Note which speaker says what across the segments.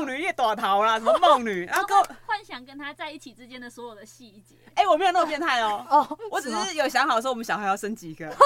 Speaker 1: 梦女夜短逃啦，什么梦 女？
Speaker 2: 哦
Speaker 1: 啊然后跟我，
Speaker 3: 幻想跟他在一起之间的所有的细节，
Speaker 1: 哎、我没有那么变态哦、
Speaker 2: 哦，
Speaker 1: 我只
Speaker 2: 什么
Speaker 1: 是有想好说我们小孩要生几个。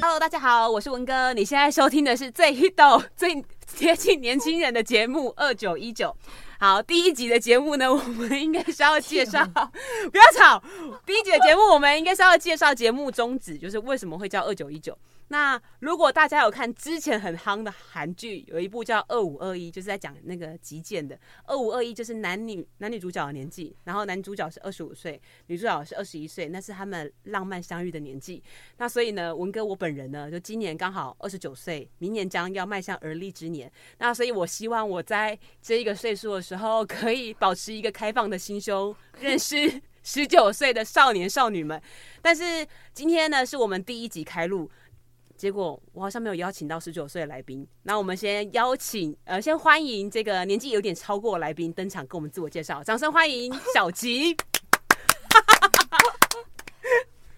Speaker 2: Hello，大家好，我是文哥，你现在收听的是最 hit 到 最贴近年轻人的节目二九一九。好，第一集的节目呢，我们应该是要介绍， 不要吵。第一集的节目，我们应该是要介绍节目宗旨，就是为什么会叫二九一九。那如果大家有看之前很夯的韩剧，有一部叫《二五二一》，就是在讲那个击剑的。二五二一就是男女男女主角的年纪，然后男主角是二十五岁，女主角是二十一岁，那是他们浪漫相遇的年纪。那所以呢，文哥我本人呢，就今年刚好二十九岁，明年将要迈向而立之年。那所以我希望我在这一个岁数的时候，可以保持一个开放的心胸，认识 十九岁的少年少女们。但是今天呢，是我们第一集开录。结果我好像没有邀请到十九岁的来宾，那我们先邀请，呃，先欢迎这个年纪有点超过的来宾登场，跟我们自我介绍，掌声欢迎小吉。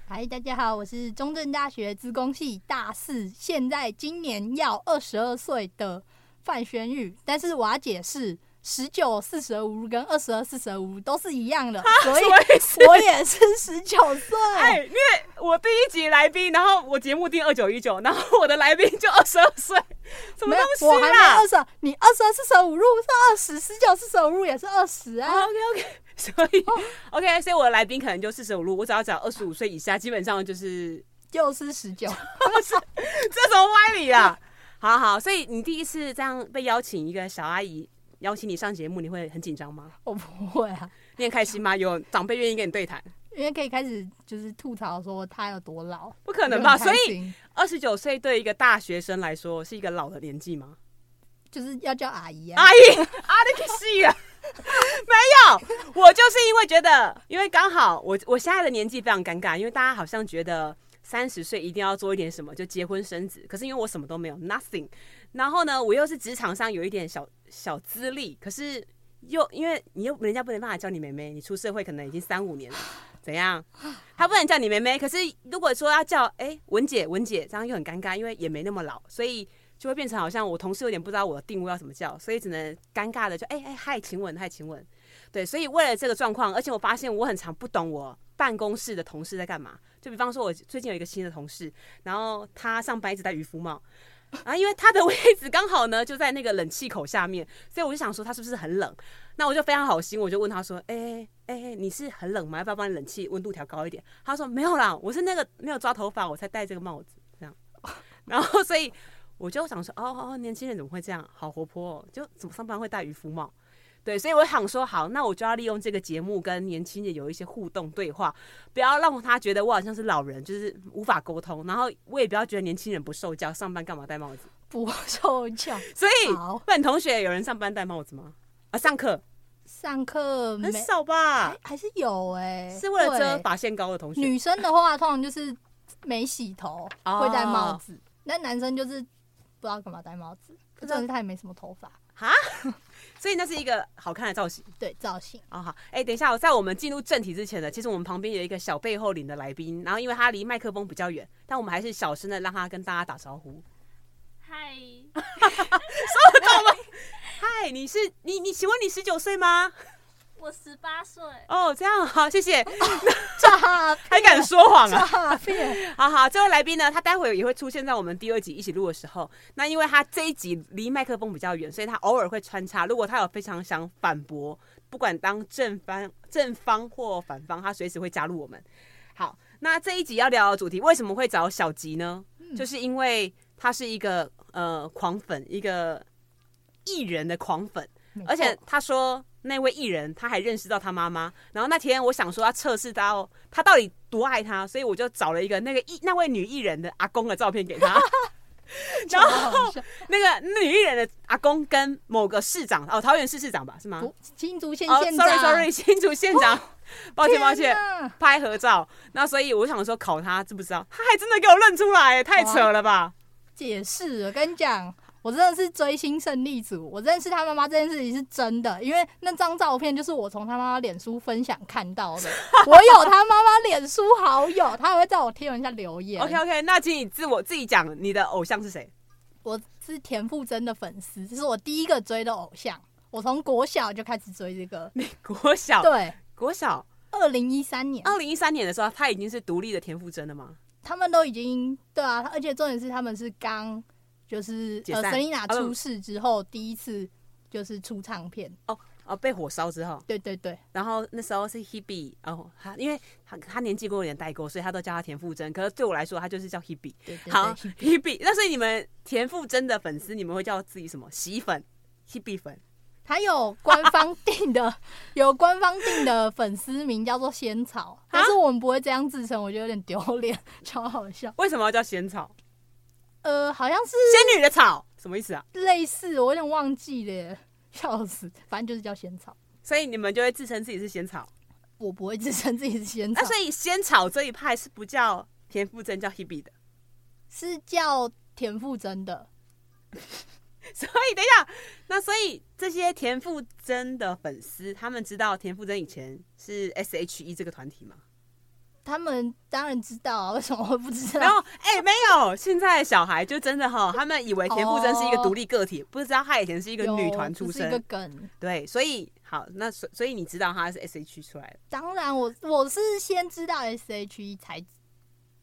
Speaker 4: 嗨，大家好，我是中正大学资工系大四，现在今年要二十二岁的范玄宇，但是我要解释，十九、四舍五入跟二十二、四舍五入都是一样的，所以
Speaker 2: 什么意思
Speaker 4: 我也是十九岁。
Speaker 2: 哎，因为我第一集来宾，然后我节目定二九一九，然后我的来宾就二十二岁，什么
Speaker 4: 没
Speaker 2: 东
Speaker 4: 有，
Speaker 2: 西
Speaker 4: 我还没
Speaker 2: 啦
Speaker 4: 二十，你二十二、四舍五入是二十，十九、四舍五入也是二十啊。
Speaker 2: ？OK OK，所哦以 OK，所以我的来宾可能就四十五路，我只要找二十五岁以下，基本上就是
Speaker 4: 就是十九，
Speaker 2: 这什么歪理啊？好好，所以你第一次这样被邀请一个小阿姨邀请你上节目，你会很紧张吗？
Speaker 4: 我不会啊，
Speaker 2: 你很开心吗？有长辈愿意跟你对谈？
Speaker 4: 因为可以开始就是吐槽说他有多老，
Speaker 2: 不可
Speaker 4: 可
Speaker 2: 能吧？所以二十九岁对一个大学生来说是一个老的年纪吗？
Speaker 4: 就是要叫阿姨啊。
Speaker 2: 阿姨，阿那个戏啊，没有，我就是因为觉得，因为刚好我我现在的年纪非常尴尬，因为大家好像觉得三十岁一定要做一点什么，就结婚生子，可是因为我什么都没有，nothing，然后呢，我又是职场上有一点小小资历，可是又因为你又人家不能办法叫你妹妹，你出社会可能已经三五年了，怎样？他不能叫你妹妹，可是如果说要叫哎、文姐文姐，这样又很尴尬，因为也没那么老，所以就会变成好像我同事有点不知道我的定位要怎么叫，所以只能尴尬的就哎哎嗨请问嗨请问，对，所以为了这个状况，而且我发现我很常不懂我办公室的同事在干嘛，就比方说我最近有一个新的同事，然后他上班一直戴渔夫帽。啊，因为他的位 置刚好呢，就在那个冷气口下面，所以我就想说他是不是很冷？那我就非常好心，我就问他说：“哎、哎、哎你是很冷吗？要不要帮你冷气温度调高一点？”他说：“没有啦，我是那个没有抓头发，我才戴这个帽子这样。” 然后所以我就想说：“哦哦，哦年轻人怎么会这样？好活泼、哦，就怎么上班会戴渔夫帽？”对，所以我想说，好，那我就要利用这个节目跟年轻人有一些互动对话，不要让他觉得我好像是老人，就是无法沟通，然后我也不要觉得年轻人不受教，上班干嘛戴帽子？
Speaker 4: 不受教。
Speaker 2: 所以
Speaker 4: 好，
Speaker 2: 本同学有人上班戴帽子吗？啊，上课
Speaker 4: 上课没
Speaker 2: 很少吧？
Speaker 4: 还还是有哎、
Speaker 2: 是为了遮
Speaker 4: 对
Speaker 2: 发线高的同学，
Speaker 4: 女生的话，通常就是没洗头
Speaker 2: 哦
Speaker 4: 会戴帽子，那、男生就是不知道干嘛戴帽子，可是他也没什么头发。
Speaker 2: 所以那是一个好看的造型
Speaker 4: 对造 型，
Speaker 2: 啊、好，哎、等一下哦，在我们进入正题之前呢，其实我们旁边有一个小背后领的来宾，然后因为他离麦克风比较远，但我们还是小声的让他跟大家打招呼。
Speaker 3: 嗨，
Speaker 2: 嗨，你是你你，请问你十九岁吗？
Speaker 3: 我十八 岁，
Speaker 2: 哦，这样好，谢谢，
Speaker 4: 诈
Speaker 2: 还敢说谎啊？
Speaker 4: 诈骗，
Speaker 2: 好好，这位来宾呢，他待会也会出现在我们第二集一起录的时候。那因为他这一集离麦克风比较远，所以他偶尔会穿插。如果他有非常想反驳，不管当正方、正方或反方，他随时会加入我们。好，那这一集要聊的主题为什么会找小吉呢？就是因为他是一个呃狂粉，一个艺人的狂粉。
Speaker 4: 没错
Speaker 2: 而且他说那位艺人他还认识到他妈妈，然后那天我想说要测试到他到底多爱他，所以我就找了一个那个艺那位女艺人的阿公的照片给 他。 然
Speaker 4: 超
Speaker 2: 后
Speaker 4: 好笑
Speaker 2: 那个女艺人的阿公跟某个市长哦，桃园市市长吧，是吗？
Speaker 4: 不，新竹县
Speaker 2: 哦
Speaker 4: 县长
Speaker 2: ，sorry sorry，新竹县 长，抱歉抱歉，
Speaker 4: 天哪
Speaker 2: 拍合照。那所以我想说考他知不知道，他还真的给我认出来，太扯了吧？
Speaker 4: 解释，我跟你讲，我真的是追星胜利组，我认识他妈妈这件事情是真的，因为那张照片就是我从他妈妈脸书分享看到 的，我有他妈妈脸书好友，他还会在我贴文下留言。
Speaker 2: OK OK，那请你自我自己讲你的偶像是谁？
Speaker 4: 我是田馥甄的粉丝，这是我第一个追的偶像，我从国小就开始追这个，
Speaker 2: 美国小
Speaker 4: 对，
Speaker 2: 国小，
Speaker 4: 二零一三年，
Speaker 2: 二零一三年的时候他已经是独立的田馥甄了吗？
Speaker 4: 他们都已经对啊，而且重点是他们是刚就是
Speaker 2: 解
Speaker 4: 呃
Speaker 2: 散
Speaker 4: Selina
Speaker 2: 啊不
Speaker 4: 出事之后第一次就是出唱片，
Speaker 2: 哦，被火烧之后，
Speaker 4: 对对对，
Speaker 2: 然后那时候是 Hebe，哦，他因为他他年纪跟我有点代沟，所以他都叫他田馥甄。可是对我来说，他就是叫 Hebe。
Speaker 4: 对对对
Speaker 2: 好，Hebe，那所以你们田馥甄的粉丝，你们会叫自己什么？洗粉、Hebe 粉？
Speaker 4: 他有官方定的， 有官方定的粉丝名叫做仙草，
Speaker 2: 啊
Speaker 4: 但是我们不会这样自称，我觉得有点丢脸，超好笑。
Speaker 2: 为什么要叫仙草？
Speaker 4: 呃，好像是
Speaker 2: 仙女的草什么意思啊？
Speaker 4: 类似，我有点忘记了耶，笑死，反正就是叫仙草。
Speaker 2: 所以你们就会自称自己是仙草。
Speaker 4: 我不会自称自己是仙草
Speaker 2: 那，啊所以仙草这一派是不叫田馥甄，叫 Hebe 的。
Speaker 4: 是叫田馥甄的。
Speaker 2: 所以等一下，那所以这些田馥甄的粉丝，他们知道田馥甄以前是 S.H.E 这个团体吗？
Speaker 4: 他们当然知道啊，为什么会不知
Speaker 2: 然
Speaker 4: 道？
Speaker 2: 后，哎、没有，现在小孩就真的哈，他们以为田馥甄是一个独立个体，不知道她以前是一
Speaker 4: 一
Speaker 2: 个女团出
Speaker 4: 哦是一个
Speaker 2: 身。
Speaker 4: 梗。
Speaker 2: 对，所以好，那所所以你知道她是 S.H.E 出来的，
Speaker 4: 当然我，我是先知道 S.H.E 才，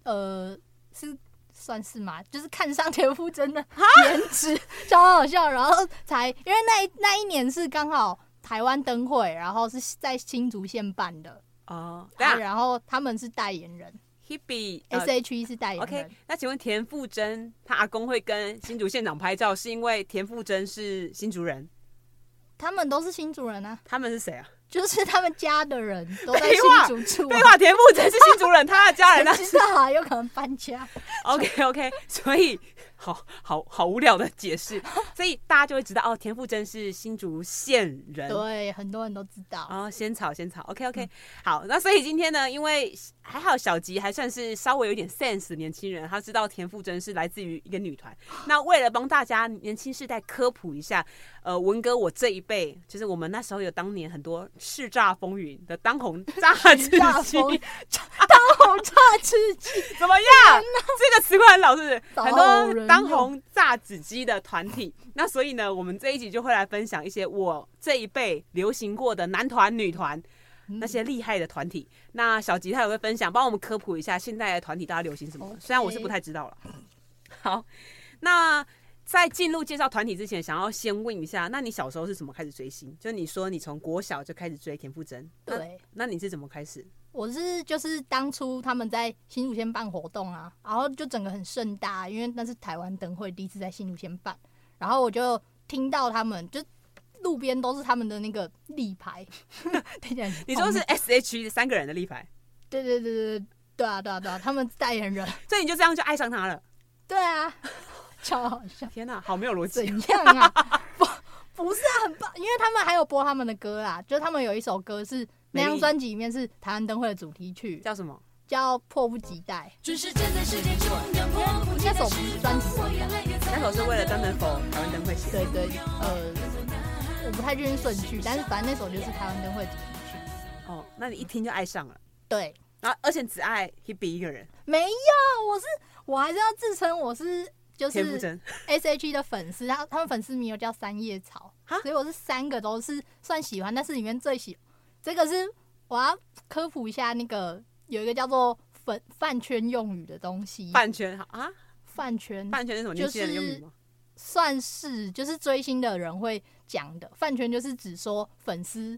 Speaker 4: 呃，是算是吗？就是看上田馥甄的颜值，超好笑。然后才因为那一那一年是刚好台湾灯会，然后是在新竹县办的，
Speaker 2: 哦，等
Speaker 4: 啊
Speaker 2: 一下
Speaker 4: 然后他们是代言人
Speaker 2: Hebe、呃
Speaker 4: ，S.H.E 是代言
Speaker 2: OK，
Speaker 4: 人。
Speaker 2: 那请问田馥甄她阿公会跟新竹县长拍照，是因为田馥甄是新竹人？
Speaker 4: 他们都是新竹人啊，
Speaker 2: 他们是谁啊？
Speaker 4: 就是他们家的人都在
Speaker 2: 废话
Speaker 4: 新竹住、
Speaker 2: 废
Speaker 4: 啊。
Speaker 2: 话，田馥甄是新竹人，他的家人呢
Speaker 4: 谁知道啊，有可能搬 家。
Speaker 2: ？OK OK，所以好好好无聊的解 释，所以大家就会知道哦，田馥甄是新竹县人。
Speaker 4: 对，嗯很多人都知道。
Speaker 2: 哦，仙草，仙草，OK OK，、好，那所以今天呢，因为还好小吉还算是稍微有点 sense 的年轻人，他知道田馥甄是来自于一个女 团。那为了帮大家年轻世代科普一下，呃，文哥我这一辈，就是我们那时候有当年很多叱咤风云的当红炸子鸡，
Speaker 4: 大风， 当红炸吃鸡，
Speaker 2: 怎么样？这个词汇很老是不是？
Speaker 4: 老
Speaker 2: 很多
Speaker 4: 人
Speaker 2: 当
Speaker 4: 用
Speaker 2: 红炸子鸡的团体。那所以呢，我们这一集就会来分享一些我这一辈流行过的男团、女团。
Speaker 4: 嗯
Speaker 2: 那些厉害的团体，那小吉他也会分享，帮我们科普一下现在的团体大家流行什么。
Speaker 4: OK
Speaker 2: 虽然我是不太知道了。好，那在进入介绍团体之前，想要先问一下，那你小时候是怎么开始追星？就你说你从国小就开始追田馥甄，那，
Speaker 4: 对。
Speaker 2: 那你是怎么开始？
Speaker 4: 我是就是当初他们在新竹县办活动啊，然后就整个很盛大，因为那是台湾灯会第一次在新竹县办，然后我就听到他们就路边都是他们的那个立牌，听起来很
Speaker 2: 你说是
Speaker 4: 荒
Speaker 2: S H E 三个人的立牌，
Speaker 4: 谬对对对对对对啊对啊对啊，他们代言人，
Speaker 2: 所以你就这样就爱上他了。
Speaker 4: 对啊，超好笑。
Speaker 2: 天哪、好没有逻
Speaker 4: 怎
Speaker 2: 辑。
Speaker 4: 样啊？不，不是啊，很棒，因为他们还有播他们的歌啦，就是他们有一首歌是
Speaker 2: 美
Speaker 4: 那张
Speaker 2: 丽
Speaker 4: 专辑里面是台湾灯会的主题曲，
Speaker 2: 叫什么？
Speaker 4: 叫《迫不及待
Speaker 5: 准时站在时间终点，迫不及
Speaker 4: 那
Speaker 5: 待
Speaker 4: 首不是专辑
Speaker 5: 释放我原来也
Speaker 2: 那
Speaker 5: 在
Speaker 2: 首是为了专门否台湾灯会》。写的。
Speaker 4: 对对，呃，我不太确定顺序，但是反正那首就是台湾灯会主题曲。
Speaker 2: 哦，那你一听就爱上了，
Speaker 4: 对，
Speaker 2: 然后而且只爱 Hebe 一个人，
Speaker 4: 没有，我是我还是要自称我是就
Speaker 2: 田馥
Speaker 4: 是
Speaker 2: 甄。
Speaker 4: S H E 的粉丝，他他们粉丝名有叫三叶草
Speaker 2: 哈，
Speaker 4: 所以我是三个都是算喜欢，但是里面最喜这个是我要科普一下，那个有一个叫做粉饭圈用语的东西，
Speaker 2: 饭圈好啊，
Speaker 4: 饭圈
Speaker 2: 饭圈是什么年轻人的用语吗？
Speaker 4: 算是就是追星的人会讲的，饭圈就是指说粉丝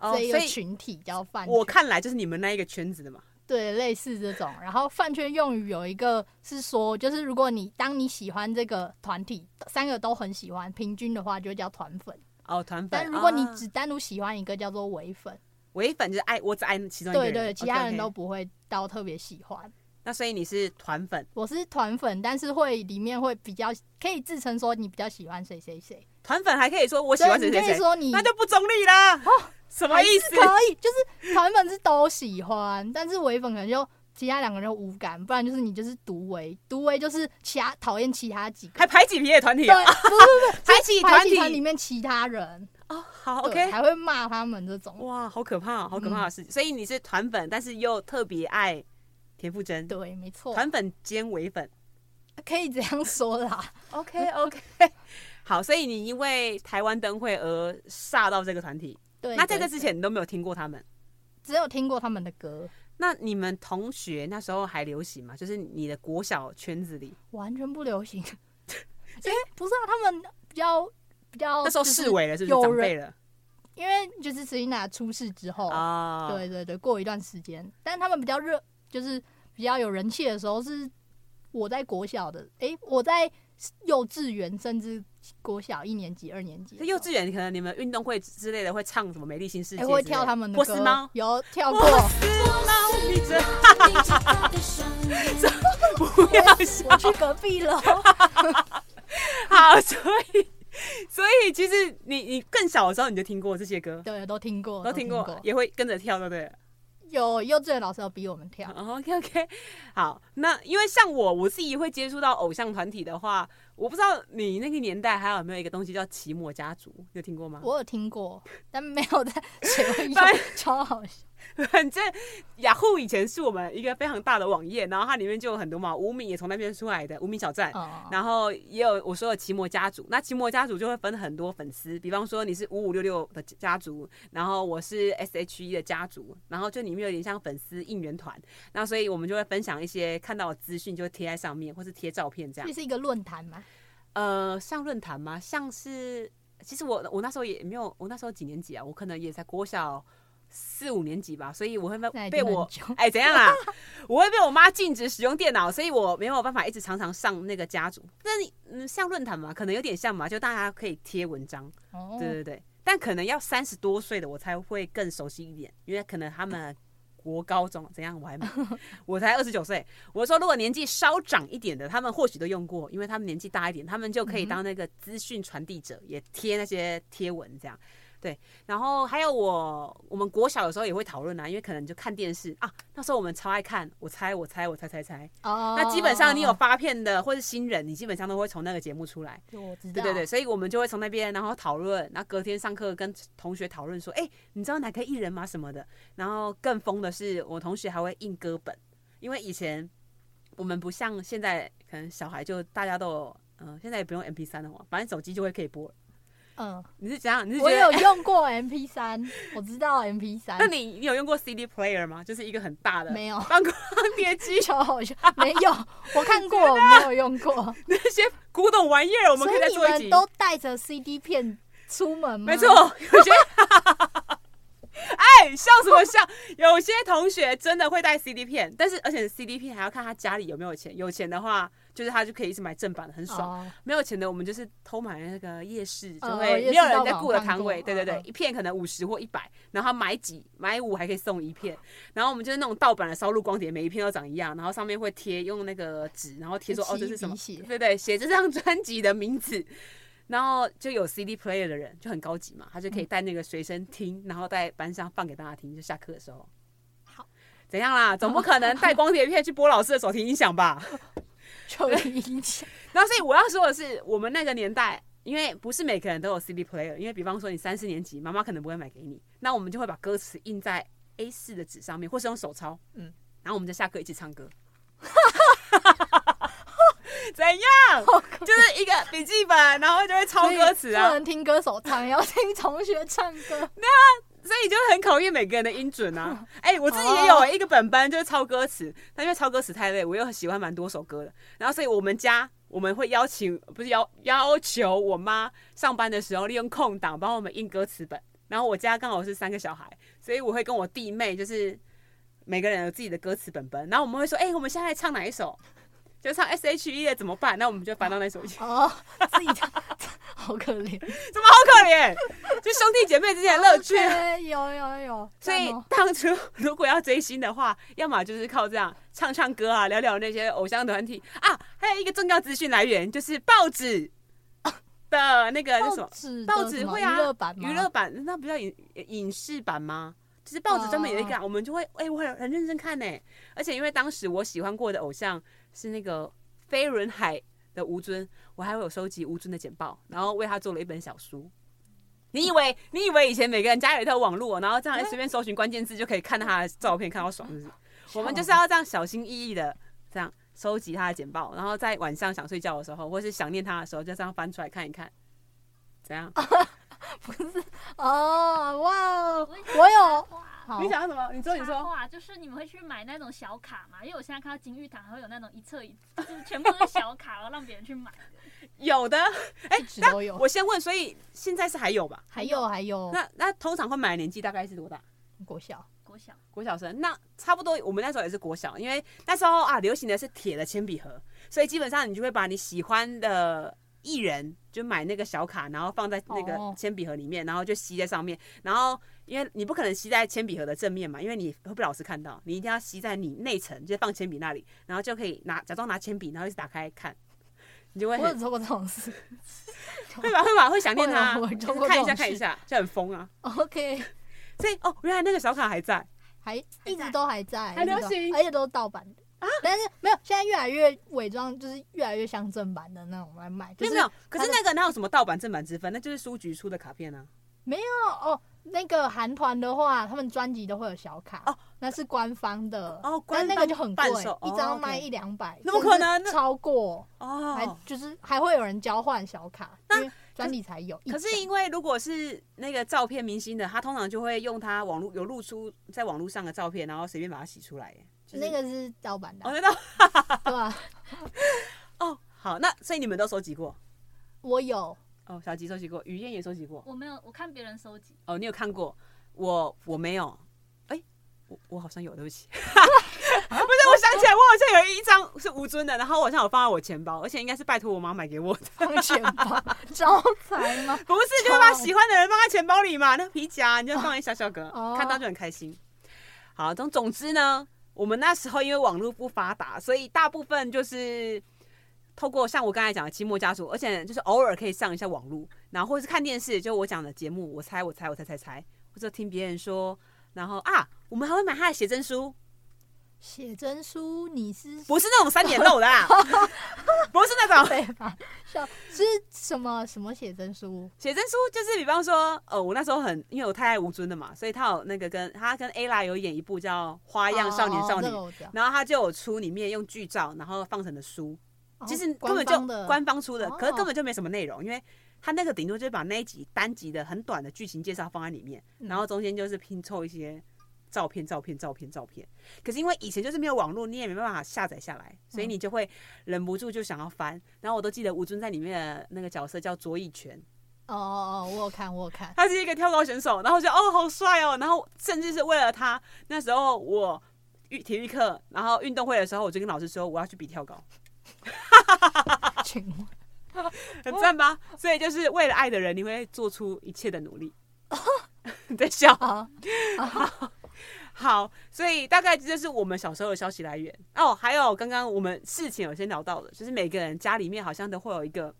Speaker 2: 哦，
Speaker 4: 这一
Speaker 2: 所
Speaker 4: 个
Speaker 2: 以
Speaker 4: 群体叫饭圈，
Speaker 2: 我看来就是你们那一个圈子的嘛。
Speaker 4: 对类似这种。然后饭圈用语有一个是说，就是如果你当你喜欢这个团体，三个都很喜欢，平均的话就会叫团粉。
Speaker 2: 哦，团粉。
Speaker 4: 但如果你
Speaker 2: 啊
Speaker 4: 只单独喜欢一个叫做唯粉，
Speaker 2: 唯粉就是爱，我只爱其中一个
Speaker 4: 对
Speaker 2: 人。
Speaker 4: 对，其他
Speaker 2: OK，OK
Speaker 4: 人都。不会到特别喜欢。
Speaker 2: 那所以你是团粉，
Speaker 4: 我是团粉，但是会里面会比较可以自称说你比较喜欢谁谁谁，
Speaker 2: 团粉还可以说我喜
Speaker 4: 所
Speaker 2: 欢
Speaker 4: 以
Speaker 2: 谁
Speaker 4: 你可
Speaker 2: 谁
Speaker 4: 以
Speaker 2: 谁，
Speaker 4: 说你哦
Speaker 2: 那就不中立啦。什么
Speaker 4: 还
Speaker 2: 意思？
Speaker 4: 是可以，就是团粉是都喜欢，但是唯粉可能就其他两个人无感，不然就是你就是独唯，独唯就是其他讨厌其他几个，
Speaker 2: 还排挤别的团体
Speaker 4: 对，
Speaker 2: 啊？
Speaker 4: 不是不是
Speaker 2: 排 挤团体
Speaker 4: 排挤里面其他人
Speaker 2: 哦，好
Speaker 4: 对
Speaker 2: ，OK，
Speaker 4: 还会骂他们这种，
Speaker 2: 哇，好可怕，好可
Speaker 4: 嗯
Speaker 2: 怕的事情。所以你是团粉，但是又特别爱田馥甄，
Speaker 4: 对，没错，
Speaker 2: 团粉兼伪粉。
Speaker 4: 可以这样说啦，
Speaker 2: OK OK，好，所以你因为台湾灯会而煞到这个团体。
Speaker 4: 对，
Speaker 2: 那在这
Speaker 4: 对
Speaker 2: 之前你都没有听过他们。
Speaker 4: 只有听过他们的歌，
Speaker 2: 那你们同学那时候还流行吗？就是你的国小圈子里，
Speaker 4: 完全不流行， 因为不是啊，他们比较比较
Speaker 2: 那时候
Speaker 4: 哦就是
Speaker 2: 视为了，是不
Speaker 4: 有
Speaker 2: 是长
Speaker 4: 人
Speaker 2: 辈了
Speaker 4: 因为就是 Selina 出事之后，
Speaker 2: 啊？
Speaker 4: 对对对，过一段时间，但他们比较热，就是比较有人气的时候是我在国小的，诶，我在幼稚园甚至国小一年级、二年级的时
Speaker 2: 就
Speaker 4: 候，
Speaker 2: 幼稚园可能你们运动会之类的会唱什么《美丽新世界
Speaker 4: 诶，》，
Speaker 2: 会
Speaker 4: 哎会跳他们的
Speaker 2: 波斯
Speaker 4: 歌
Speaker 2: 猫，，
Speaker 4: 有跳过
Speaker 2: 波，斯猫，你真不要笑。
Speaker 4: 我去隔壁 了，
Speaker 2: 好，所以所以其实你你更小的时候你就听过这些歌，
Speaker 4: 对，都听过，
Speaker 2: 哦都听
Speaker 4: 听
Speaker 2: 过，也会跟着跳，对不对了？
Speaker 4: 有幼稚园老师有逼我们跳，
Speaker 2: OK OK，好，那因为像我我自己会接触到偶像团体的话，我不知道你那个年代还有没有一个东西叫奇摩家族，你有听过 吗？
Speaker 4: 我有听过，但没 有在谁会用
Speaker 2: 反，
Speaker 4: 超好笑，
Speaker 2: 反正雅虎以前是我们一个非常大的网页，然后它里面就有很多嘛，无名也从那边出来的无名小站。
Speaker 4: 哦、
Speaker 2: 然后也有我说的奇摩家族，那奇摩家族就会分很多粉丝，比方说你是五五六六的家族，然后我是 S H E 的家族，然后就里面有点像粉丝应援团，那所以我们就会分享一些看到的资讯，就会贴在上面，或是贴照片这样
Speaker 4: 这。是一个论坛嘛，
Speaker 2: 呃，像论坛吗？像是，其实我我那时候也没有，我那时候几年级啊？我可能也才国小四五年级吧，所以我会
Speaker 4: 那
Speaker 2: 被
Speaker 4: 已
Speaker 2: 被
Speaker 4: 经很
Speaker 2: 我
Speaker 4: 久
Speaker 2: 哎怎样啊？我会被我妈禁止使用电脑，所以我没有办法一直常常上那个家族。那你嗯，像论坛嘛，可能有点像嘛，就大家可以贴文章，
Speaker 4: 哦，
Speaker 2: 对对对。但可能要三十多岁的我才会更熟悉一点，因为可能他们国高中怎样，我还 没，我才二十九岁。我说如果年纪稍长一点的，他们或许都用过，因为他们年纪大一点，他们就
Speaker 4: 嗯
Speaker 2: 可以当那个资讯传递者，也贴那些贴文这样。对，然后还有我，我们国小有时候也会讨论啊，因为可能就看电视啊，那时候我们超爱看，我猜我猜我猜猜猜，
Speaker 4: 哦，
Speaker 2: 那基本上你有发片的或是新人，你基本上都会从那个节目出来。
Speaker 4: 我知
Speaker 2: 对
Speaker 4: 道，
Speaker 2: 对对，所以我们就会从那边，然后讨论，然后隔天上课跟同学讨论说，哎、你知道哪个艺人吗？什么的。然后更疯的是，我同学还会印歌本，因为以前我们不像现在，可能小孩就大家都有，嗯、现在也不用 MP 三了嘛，反正手机就会可以播了。
Speaker 4: 嗯。
Speaker 2: 你是怎样？你是觉
Speaker 4: 我
Speaker 2: 得
Speaker 4: 有？用过 MP 三，我知道 MP 三
Speaker 2: 那你你有用过 CD player 吗？就是一个很大的
Speaker 4: 没有
Speaker 2: 放光碟机，
Speaker 4: 超好笑，没有，我看 过，没有用过。
Speaker 2: 那些古董玩意儿，我们
Speaker 4: 所
Speaker 2: 可以再
Speaker 4: 以你
Speaker 2: 做一集
Speaker 4: 们。都带着 CD 片出门吗？
Speaker 2: 没错，，有些， 哎，笑什么笑？有些同学真的会带 CD 片，但是而且 CD 片还要看他家里有没有钱，有钱的话就是他就可以一直买正版的，很爽；
Speaker 4: 哦，
Speaker 2: 没有钱的，我们就是偷买那个夜市，就
Speaker 4: 哦
Speaker 2: 会
Speaker 4: 夜
Speaker 2: 没有
Speaker 4: 市
Speaker 2: 人
Speaker 4: 到
Speaker 2: 在
Speaker 4: 网
Speaker 2: 顾的
Speaker 4: 上
Speaker 2: 摊
Speaker 4: 购
Speaker 2: 位，对对对
Speaker 4: 嗯，
Speaker 2: 一片可能五十或一百，然后他买几买五还可以送一片，然后我们就是那种盗版的烧录光碟，每一片都长一样，然后上面会贴用那个纸，然后贴说哦这是什么，
Speaker 4: 起一笔写
Speaker 2: 对对，写这张专辑的名字，然后就有 CD player 的人就很高级嘛，他
Speaker 4: 嗯
Speaker 2: 就可以带那个随身听，然后在班上放给大家听，就下课的时候。
Speaker 4: 好，
Speaker 2: 怎样啦？总不可能带光碟片去播老师的手提音响吧？
Speaker 4: 就影响。
Speaker 2: 然后，所以我要说的是，我们那个年代，因为不是每个人都有 CD player，因为比方说你三四年级，妈妈可能不会买给你，那我们就会把歌词印在 A 四的纸上面，或是用手抄，嗯
Speaker 4: 嗯，
Speaker 2: 然后我们在下课一起唱歌。怎样？就是一个笔记本，然后就会 抄歌词啊
Speaker 4: 不，能听歌手唱，要听同学唱歌。
Speaker 2: 所以就很考验每个人的音准啊。哎、我自己也有一个本班就是抄歌词，但因为抄歌词太累，我又喜欢蛮多首歌的。然后所以我们家我们会邀请，不是要要求我妈上班的时候利用空档帮我们印歌词本。然后我家刚好是三个小孩，所以我会跟我弟妹就是每个人有自己的歌词本本。然后我们会说，哎、我们现在唱哪一首？就唱 S H E 的怎么办？那我们就翻到那首去。
Speaker 4: 哦，自己唱， 好可怜。
Speaker 2: 怎么好可怜？就兄弟姐妹之间的乐趣啊。
Speaker 4: 对，哎有有有。
Speaker 2: 所以
Speaker 4: 赞哦
Speaker 2: 当初 如果要追星的话，要么就是靠这样唱唱歌啊，聊聊那些偶像团体啊，还有一个重要资讯来源就是报纸的那个那什
Speaker 4: 报
Speaker 2: 么
Speaker 4: 纸的
Speaker 2: 报纸
Speaker 4: 什么
Speaker 2: 会啊
Speaker 4: 娱乐版吗
Speaker 2: 娱乐版，那不叫影影视版吗？其实报纸专门有一个、
Speaker 4: 哦
Speaker 2: 啊，我们就会哎、我很很认真看呢、而且因为当时我喜欢过的偶像是那个飞轮海的吴尊，我还会有收集吴尊的简报，然后为他做了一本小书。你以为你以为以前每个人家里都有网络，哦然后这样随便搜寻关键字就可以看到他的照片，看到爽是不是？我们就是要这样小心翼翼的这样收集他的简报，然后在晚上想睡觉的时候，或是想念他的时候，就这样翻出来看一看，怎样？
Speaker 4: 哦，哇哦，
Speaker 3: 我也
Speaker 4: 我有
Speaker 3: 插话
Speaker 4: 好
Speaker 1: 你，想要什么？你说你
Speaker 3: 插
Speaker 1: 说，
Speaker 3: 话就是你们会去买那种小卡嘛？因为我现在看到金玉堂还会有那种一册一，就是全部都是小卡，然后让别人去买。
Speaker 2: 有的，哎、
Speaker 4: 一直
Speaker 2: 那
Speaker 4: 都有哦
Speaker 2: 我先问，所以现在是还有吧？
Speaker 4: 还有还有
Speaker 2: 那那通常会买的年纪大概是多大？
Speaker 4: 国小，
Speaker 3: 国小
Speaker 2: 国小生，那差不多我们那时候也是国小，因为那时候啊流行的是铁的铅笔盒，所以基本上你就会把你喜欢的艺人就买那个小卡，然后放在那个
Speaker 4: 哦
Speaker 2: 铅笔盒里面，然后就吸在上面，然后因为你不可能吸在铅笔盒的正面嘛，因为你会被老师看到，你一定要吸在你内层，就是放铅笔那里，然后就可以拿假装拿铅笔，然后一直打开看，你就会
Speaker 4: 我有
Speaker 2: 很
Speaker 4: 做过这种事。
Speaker 2: 会吧会吧会想念他
Speaker 4: 啊我有我，
Speaker 2: 就
Speaker 4: 做
Speaker 2: 是
Speaker 4: 过
Speaker 2: 看
Speaker 4: 这
Speaker 2: 一下
Speaker 4: 种
Speaker 2: 看一
Speaker 4: 事
Speaker 2: 下就很疯啊，
Speaker 4: OK，
Speaker 2: 所以哦原来那个小卡还在。
Speaker 4: 还一直都还在，
Speaker 2: 还
Speaker 4: 一直
Speaker 2: 流
Speaker 4: 都
Speaker 2: 行啊
Speaker 4: 而且都是盗版的。但是没有，现在越来越伪装，就是越来越像正版的那种来卖。
Speaker 2: 没
Speaker 4: 就
Speaker 2: 有
Speaker 4: 是
Speaker 2: 没有，可是
Speaker 4: 它的
Speaker 2: 那个哪有什么盗版正版之分？那就是书局出的卡片啊。
Speaker 4: 哦哦，那个韩团的话，他们专辑都会有小卡，
Speaker 2: 哦
Speaker 4: 那是官方的，
Speaker 2: 哦
Speaker 4: 但
Speaker 2: 官
Speaker 4: 那
Speaker 2: 方
Speaker 4: 个就很贵
Speaker 2: 伴手，
Speaker 4: 一
Speaker 2: 哦
Speaker 4: 张
Speaker 2: ，OK
Speaker 4: 卖一两百，
Speaker 2: 那不可能
Speaker 4: 甚至超过，还
Speaker 2: 哦，
Speaker 4: 就是还会有人交换小卡，
Speaker 2: 那
Speaker 4: 因为专辑才有。
Speaker 2: 可
Speaker 4: 一
Speaker 2: 是
Speaker 4: 张
Speaker 2: 因为如果是那个照片明星的，他通常就会用他网络有露出在网络上的照片，然后随便把它洗出来。就是
Speaker 4: 那个是盗版的
Speaker 2: 哦，
Speaker 4: 啊，
Speaker 2: 真的
Speaker 4: 对吧？
Speaker 2: 哦，好，那所以你们都收集过
Speaker 4: 我有，
Speaker 2: 哦，小吉收集过，雨燕也收集过
Speaker 3: 我没有，我看别人收集，
Speaker 2: 哦，你有看过？我我没有，哎、我我好像有，对不起，不是， 我想起来，我好像有一张是吴尊的，然后我好像有放在我钱包，而且应该是拜托我妈买给我的。
Speaker 4: 放钱包 招财吗？
Speaker 2: 不是，就是把喜欢的人放在钱包里嘛，那皮夹你就放一小小格，
Speaker 4: 哦
Speaker 2: 看到就很开心。好，总总之呢，我们那时候因为网络不发达，所以大部分就是透过像我刚才讲的期末家族，而且就是偶尔可以上一下网络，然后或者是看电视，就我讲的节目，我猜我猜我猜猜猜，或者听别人说，然后啊，我们还会买他的写真书，
Speaker 4: 写真书，你是
Speaker 2: 不是那种三点漏的啦，不是那种
Speaker 4: 对吧？笑是什么什么写真书？
Speaker 2: 写真书就是，比方说，呃，我那时候很，因为我太爱吴尊了嘛，所以他有那个跟他跟 A 拉有演一部叫《花啊样少年少女
Speaker 4: 哦这》，个我知道
Speaker 2: 然后他就有出里面用剧照，然后放成的书，其实根本就
Speaker 4: 哦官方的
Speaker 2: 官方出的，
Speaker 4: 哦
Speaker 2: 可是根本就没什么内容，因为他那个顶多就是把那一集单集的很短的剧情介绍放在里面，
Speaker 4: 嗯
Speaker 2: 然后中间就是拼凑一些照片、照片、照片、照片。可是因为以前就是没有网络，你也没办法下载下来，所以
Speaker 4: 嗯
Speaker 2: 你就会忍不住就想要翻。然后我都记得吴尊在里面的那个角色叫左以权，
Speaker 4: 哦哦哦，我有看，我有看，
Speaker 2: 他是一个跳高选手，然后我就哦好帅哦，然后甚至是为了他，那时候我运体育课，然后运动会的时候，我就跟老师说我要去比跳高，
Speaker 4: 请问
Speaker 2: 很赞吧？所以就是为了爱的人，你会做出一切的努力。 你在笑？
Speaker 4: 啊，
Speaker 2: 好，所以大概这就是我们小时候的消息来源哦。还有刚刚我们事情有先聊到的，就是每个人家里面好像都会有一个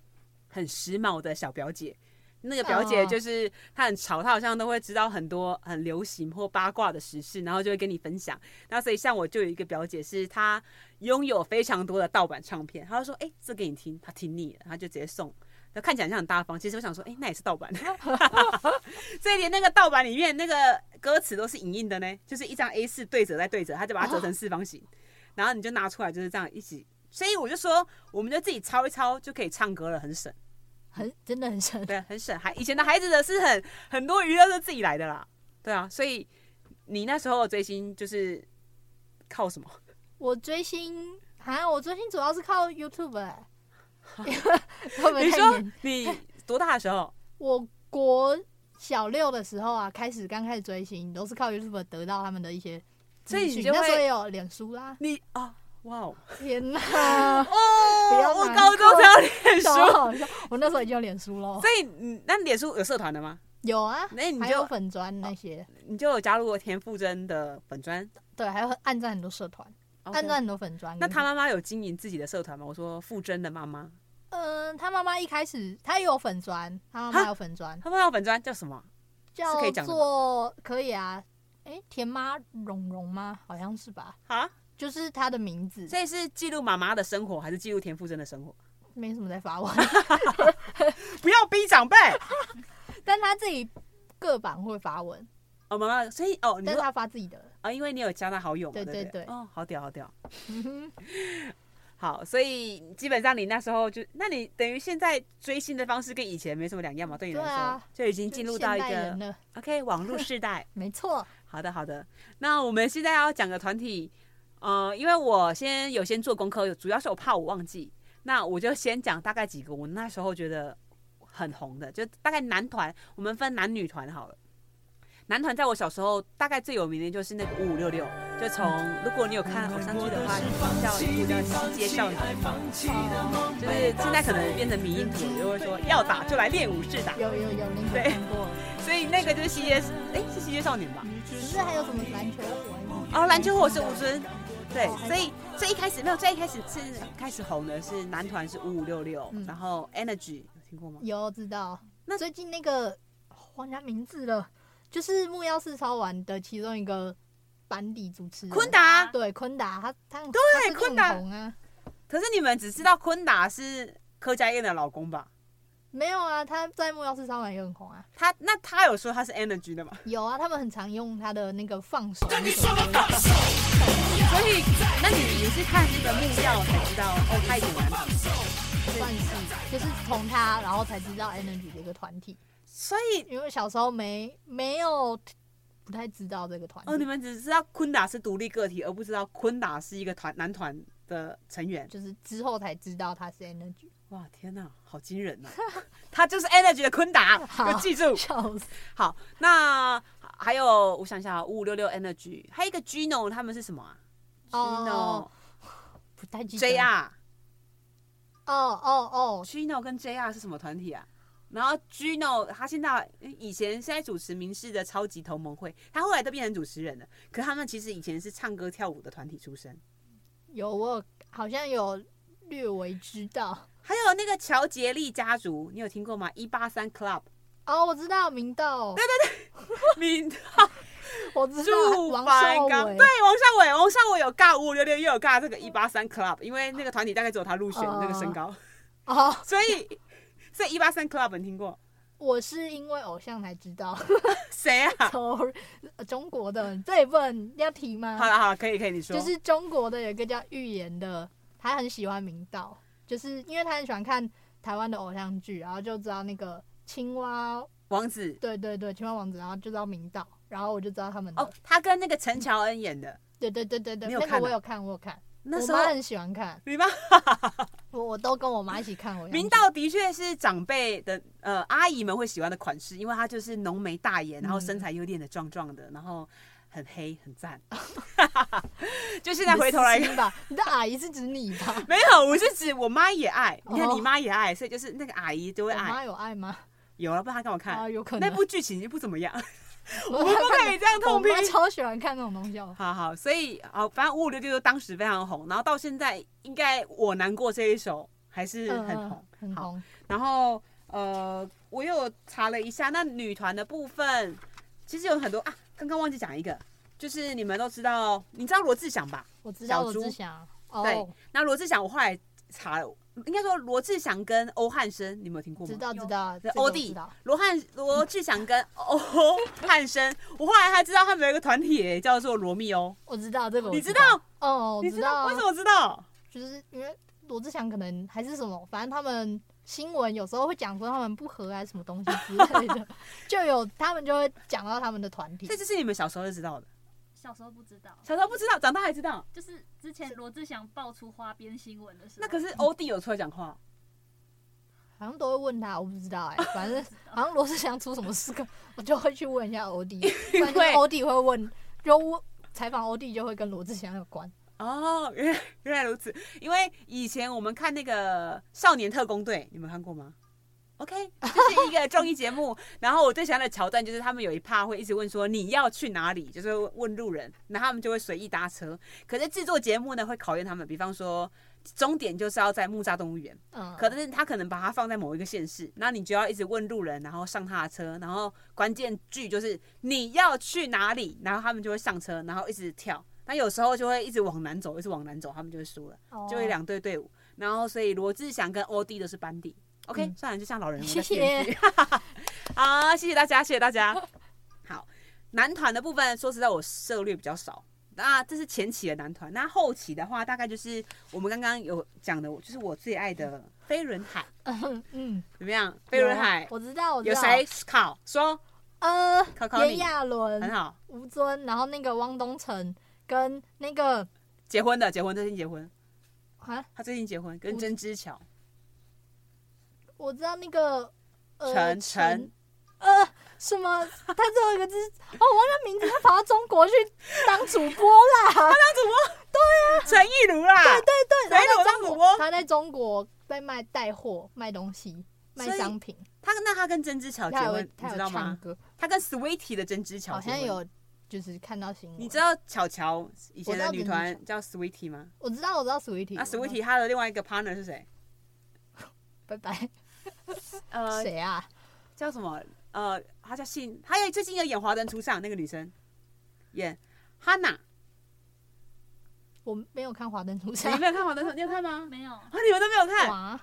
Speaker 2: 很时髦的小表姐。那个表姐
Speaker 4: 哦
Speaker 2: 就是她很潮，她好像都会知道很多很流行或八卦的时事，然后就会跟你分享。那所以像我就有一个表姐，是她拥有非常多的盗版唱片，她就说：“哎、这给你听。”她听腻了，她就直接送。那看起来好像很大方，其实我想说，哎、那也是盗 版。 所以连那个盗版里面那个歌词都是影印的呢，就是一张 A 四对折再对折，他就把它折成四方形，然后你就拿出来就是这样一起。所以我就说，我们就自己抄一抄就可以唱歌了，很省，
Speaker 4: 很真的很神。
Speaker 2: 对，很省。还以前的孩子的是很很多娱乐是自己来的啦，对啊。所以你那时候的追星就是靠什么？
Speaker 4: 我追星啊，我追星主要是靠 YouTube 哎、会不会
Speaker 2: 你
Speaker 4: 太
Speaker 2: 说
Speaker 4: 严
Speaker 2: 你多大的时候？
Speaker 4: 我国小六的时候啊，开始刚开始追星，都是靠 YouTube 得到他们的一些
Speaker 2: 所以
Speaker 4: 资
Speaker 2: 你
Speaker 4: 讯。
Speaker 2: 就
Speaker 4: 那时候
Speaker 2: 会
Speaker 4: 也有脸书啦，
Speaker 2: 你啊，哇哦，
Speaker 4: 天哪，呃不 要
Speaker 2: 哦，我
Speaker 4: 难
Speaker 2: 高中
Speaker 4: 过
Speaker 2: 才 要脸
Speaker 4: 超
Speaker 2: 书，
Speaker 4: 好笑！我那时候已经有脸书喽，
Speaker 2: 所以你那你脸书有社团的吗？
Speaker 4: 有啊，
Speaker 2: 那你
Speaker 4: 哦还
Speaker 2: 就
Speaker 4: 有粉砖那些，
Speaker 2: 你就有加入过田馥甄的粉专，
Speaker 4: 对，还有暗赞很多社团，暗赞很多粉砖。
Speaker 2: 那他妈妈有经营自己的社团吗？我说馥甄的妈妈，
Speaker 4: 嗯，他妈妈一开始他也有粉砖，他妈
Speaker 2: 哈
Speaker 4: 妈有粉砖，
Speaker 2: 她妈妈有粉专叫什么？
Speaker 4: 叫
Speaker 2: 可以讲的
Speaker 4: 做可以啊。哎田妈蓉蓉吗？好像是吧，
Speaker 2: 啊，
Speaker 4: 就是她的名字，
Speaker 2: 所以是记录妈妈的生活，还是记录田馥甄的 生活？
Speaker 4: 没什么在发文，
Speaker 2: 不要逼长辈。
Speaker 4: 但她自己各版会发文，
Speaker 2: 哦，妈妈，所以哦，你
Speaker 4: 但是
Speaker 2: 说啊、
Speaker 4: 她发自己的，
Speaker 2: 哦，因为你有加他好友嘛，
Speaker 4: 对
Speaker 2: 对不
Speaker 4: 对对
Speaker 2: 哦，好屌，好屌。
Speaker 4: 嗯哼，
Speaker 2: 好，所以基本上你那时候就，那你等于现在追星的方式跟以前没什么两样嘛？ 对你来说，
Speaker 4: 对啊
Speaker 2: 就已经进入到一
Speaker 4: 就现代人
Speaker 2: 个
Speaker 4: 了，
Speaker 2: OK 网络世代。
Speaker 4: 没 错，
Speaker 2: 好的，好的。那我们现在要讲个团体，呃，因为我先有先做功课，主要是我怕我忘记，那我就先讲大概几个我那时候觉得很红的，就大概男团，我们分男女团好了。男团在我小时候大概最有名的就是那个五五六六，就从如果你有看偶像剧的话，叫一部叫《西街少女》，就是现在可能变成迷因图，就会说要打就来练武士打，
Speaker 4: 有有有那个
Speaker 2: 对
Speaker 4: 看过，
Speaker 2: 所以那个就是西街，哎、是西街少女吧？
Speaker 4: 只是还有什么篮球我
Speaker 2: 哦，篮球火是吴尊，对
Speaker 4: 哦，
Speaker 2: 所以最一开始没有，最一开始是开始红的是男团是五五六六
Speaker 4: 嗯，
Speaker 2: 然后 Energy 有听过吗？
Speaker 4: 有知道，
Speaker 2: 那
Speaker 4: 最近那个忘家名字了，就是木曜四超玩的其中一个班底主持人，
Speaker 2: 昆达，
Speaker 4: 对昆达，他他对
Speaker 2: 对昆达
Speaker 4: 红啊，
Speaker 2: 可是你们只知道昆达是柯佳燕的老公吧？
Speaker 4: 没有啊，他在木曜四超玩也很红啊，
Speaker 2: 他那他有说他是 Energy 的吗？
Speaker 4: 有啊，他们很常用他的那个放手那首歌，
Speaker 2: 所以那你你是看那个木曜才知道哦，他以前男团，
Speaker 4: 算是就是从他然后才知道 Energy 这个团体，
Speaker 2: 所以
Speaker 4: 因为小时候没没有不太知道这个团体，
Speaker 2: 哦，你们只知道昆达是独立个体，而不知道昆达是一个团男团的成员。
Speaker 4: 就是之后才知道他是 Energy，
Speaker 2: 哇，天哪，好惊人 呐、他就是 Energy 的昆达，
Speaker 4: 好
Speaker 2: 就记住。
Speaker 4: 笑死，
Speaker 2: 好，那还有我想一下，五五六六 Energy，还有一个 Gino，他们是什么啊
Speaker 4: 哦不太记得
Speaker 2: ？Gino，JR，Gino
Speaker 4: 哦哦哦，
Speaker 2: 跟 JR 是什么团体啊？然后 Gino 他现在以前是在主持民视的超级同盟会，他后来都变成主持人了。可他们其实以前是唱歌跳舞的团体出身。
Speaker 4: 有我有好像有略微知道
Speaker 2: 还有那个乔杰利家族，你有听过吗？一八三 Club，
Speaker 4: 哦， 我知道明道，对
Speaker 2: 明
Speaker 4: 对，我知道
Speaker 2: 祝
Speaker 4: 王
Speaker 2: 凡
Speaker 4: 少
Speaker 2: 刚，
Speaker 4: 伟，
Speaker 2: 对王少伟，王少伟有尬五五六六，又有尬这个一八三 Club，因为那个团体大概只有他入选那个身高。
Speaker 4: 哦，
Speaker 2: 所以， 所以一八三 club 你听过
Speaker 4: 我是因为偶像才知 道
Speaker 2: 谁啊？
Speaker 4: ，sorry，呃中国的这也不能要提
Speaker 2: 好
Speaker 4: 吗？
Speaker 2: 了好了，可以可以，你说。
Speaker 4: 嗯就是中国的有一个叫预言的，他很喜欢明道，就是因为他很喜欢看台湾的偶像剧，然后就知道那个青蛙，
Speaker 2: 王子
Speaker 4: 对对对，青蛙王子，然后就知道明道，然后我就知道他们的，
Speaker 2: 哦，他跟那个陈乔恩演的，
Speaker 4: 对对对对对，
Speaker 2: 你有
Speaker 4: 那
Speaker 2: 看
Speaker 4: 个我
Speaker 2: 啊
Speaker 4: 有看，我有看，
Speaker 2: 那
Speaker 4: 我
Speaker 2: 时候
Speaker 4: 妈很喜欢看。
Speaker 2: 你妈
Speaker 4: 我我都跟我妈一起看，我要
Speaker 2: 明道的确是长辈的呃阿姨们会喜欢的款式，因为他就是浓眉大眼，然后身材又练得壮壮的，然后很黑很赞。 就现在回头来？
Speaker 4: 你的私心吧，你的阿姨是指你吧
Speaker 2: 没有，我是指我妈也爱，你看
Speaker 4: 哦
Speaker 2: 你妈也爱，所以就是那个阿姨就
Speaker 4: 我
Speaker 2: 会爱。
Speaker 4: 妈有爱吗？
Speaker 2: 有了，不然她干嘛
Speaker 4: 啊，
Speaker 2: 看？
Speaker 4: 有可能。
Speaker 2: 那部剧情就不怎么样，
Speaker 4: 我
Speaker 2: 我们不可以这样
Speaker 4: 我
Speaker 2: 痛批
Speaker 4: 妈。超喜欢看那种东西哦。
Speaker 2: 好好，所以好，反正五五六六当时非常红，然后到现在应该我难过这一首还是
Speaker 4: 嗯
Speaker 2: 很
Speaker 4: 嗯
Speaker 2: 红。
Speaker 4: 很
Speaker 2: 好
Speaker 4: 红。
Speaker 2: 然后呃，我又查了一下，那女团的部分其实有很多啊，刚刚忘记讲一个，就是你们都知道，你知道罗志祥吧？
Speaker 4: 我知道
Speaker 2: 小
Speaker 4: 罗
Speaker 2: 猪
Speaker 4: 志祥
Speaker 2: 对
Speaker 4: 哦，
Speaker 2: 那罗志祥我后来查了，应该说罗志祥跟欧汉声，你们有听过
Speaker 4: 知
Speaker 2: 吗？
Speaker 4: 道知道，
Speaker 2: 对
Speaker 4: 这个我
Speaker 2: 欧弟
Speaker 4: 知道
Speaker 2: 罗汉罗志祥跟欧汉声，我后来还知道他们有一个团体耶叫做罗密欧，
Speaker 4: 我知道这个我，
Speaker 2: 你知道？
Speaker 4: 哦，我
Speaker 2: 你
Speaker 4: 知道啊
Speaker 2: 为，什么知道？
Speaker 4: 就是因为罗志祥可能还是什么，反正他们。新闻有时候会讲说他们不和还是什么东西之类的， 就有他们就会讲到他们的团体
Speaker 2: 这，就是你们小时候就知道的。
Speaker 3: 小时候不知道，
Speaker 2: 小时候不知道，长大还知道。
Speaker 3: 就是之前罗志祥爆出花边新闻的时候，
Speaker 2: 那可是欧弟有出来讲话，
Speaker 4: 好像都会问他，我不知道 哎、反正好像罗志祥出什么事， 我就会去问一下欧弟，不然就是欧弟会问，就问采访欧弟就会跟罗志祥有关。
Speaker 2: 哦， 原来原来如此。因为以前我们看那个《少年特工队》，你们看过吗？
Speaker 1: OK，
Speaker 2: 就是一个综艺节目。 然后我最喜欢的桥段就是他们有一趴会一直问说你要去哪里，就是会问路人，然后他们就会随意搭车。可是制作节目呢会考验他们，比方说终点就是要在木栅动物园，
Speaker 4: 嗯，
Speaker 2: 可是他可能把它放在某一个县市，那你就要一直问路人，然后上他的车，然后关键句就是你要去哪里，然后他们就会上车，然后一直跳。那有时候就会一直往南走，一直往南走，他们就会输了。
Speaker 4: 哦
Speaker 2: 就有两队队伍，然后所以罗志祥跟欧弟都是班底。OK，、
Speaker 4: 嗯
Speaker 2: 算了，就像老人，我在
Speaker 4: 谢
Speaker 2: 骗
Speaker 4: 谢
Speaker 2: 你。 好，谢谢大家，谢谢大家。 好，男团的部分，说实在我涉略比较少。那这是前期的男团，那后期的话，大概就是我们刚刚有讲的，就是我最爱的飞轮海，
Speaker 4: 哦，嗯，
Speaker 2: 怎么样？飞轮海
Speaker 4: 有我知道，我知
Speaker 2: 有
Speaker 4: 道
Speaker 2: 谁考？说
Speaker 4: 呃
Speaker 2: 考，考
Speaker 4: 炎
Speaker 2: 你啊
Speaker 4: 亚
Speaker 2: 很
Speaker 4: 纶、
Speaker 2: 好，
Speaker 4: 吴尊，然后那个汪东城跟那个
Speaker 2: 结婚的，结婚，最近结婚，
Speaker 4: 啊，
Speaker 2: 他最近结婚，跟
Speaker 4: 我
Speaker 2: 曾之乔、
Speaker 4: 我知道那个呃
Speaker 2: 陈晨
Speaker 4: 陈呃什么，他最后一个字哦，我忘了名字，他跑到中国去当主播啦，
Speaker 2: 陈亦儒啦，对对
Speaker 4: 对，然后
Speaker 2: 谁当
Speaker 4: 在中
Speaker 2: 主
Speaker 4: 国，
Speaker 2: 播？
Speaker 4: 他在中国在卖带货、卖东西、卖
Speaker 2: 所以
Speaker 4: 商品，
Speaker 2: 他那他跟曾之乔结
Speaker 4: 他还
Speaker 2: 婚
Speaker 4: 会，
Speaker 2: 啊你
Speaker 4: 他还
Speaker 2: 知
Speaker 4: 有
Speaker 2: 道吗
Speaker 4: 唱？歌，
Speaker 2: 他跟 Sweetie 的针织巧
Speaker 4: 好像，有就是看到新闻，
Speaker 2: 你知道巧巧以前的
Speaker 4: 我知道
Speaker 2: 女团叫 Sweetie 吗？
Speaker 4: 我知道我知道 Sweetie，
Speaker 2: 那
Speaker 4: 我知道
Speaker 2: Sweetie 她的另外一个 partner 是谁？
Speaker 4: 拜拜
Speaker 2: 呃，
Speaker 4: 谁啊？
Speaker 2: 叫什么？呃，她叫信，还有最近有演《华灯初上》那个女生，演 Hanna。
Speaker 4: 我没有看《华灯初上
Speaker 2: 你》没有看《华灯初上》，你有看吗？
Speaker 3: 没有，
Speaker 2: 啊，你们都没有看，
Speaker 4: 哇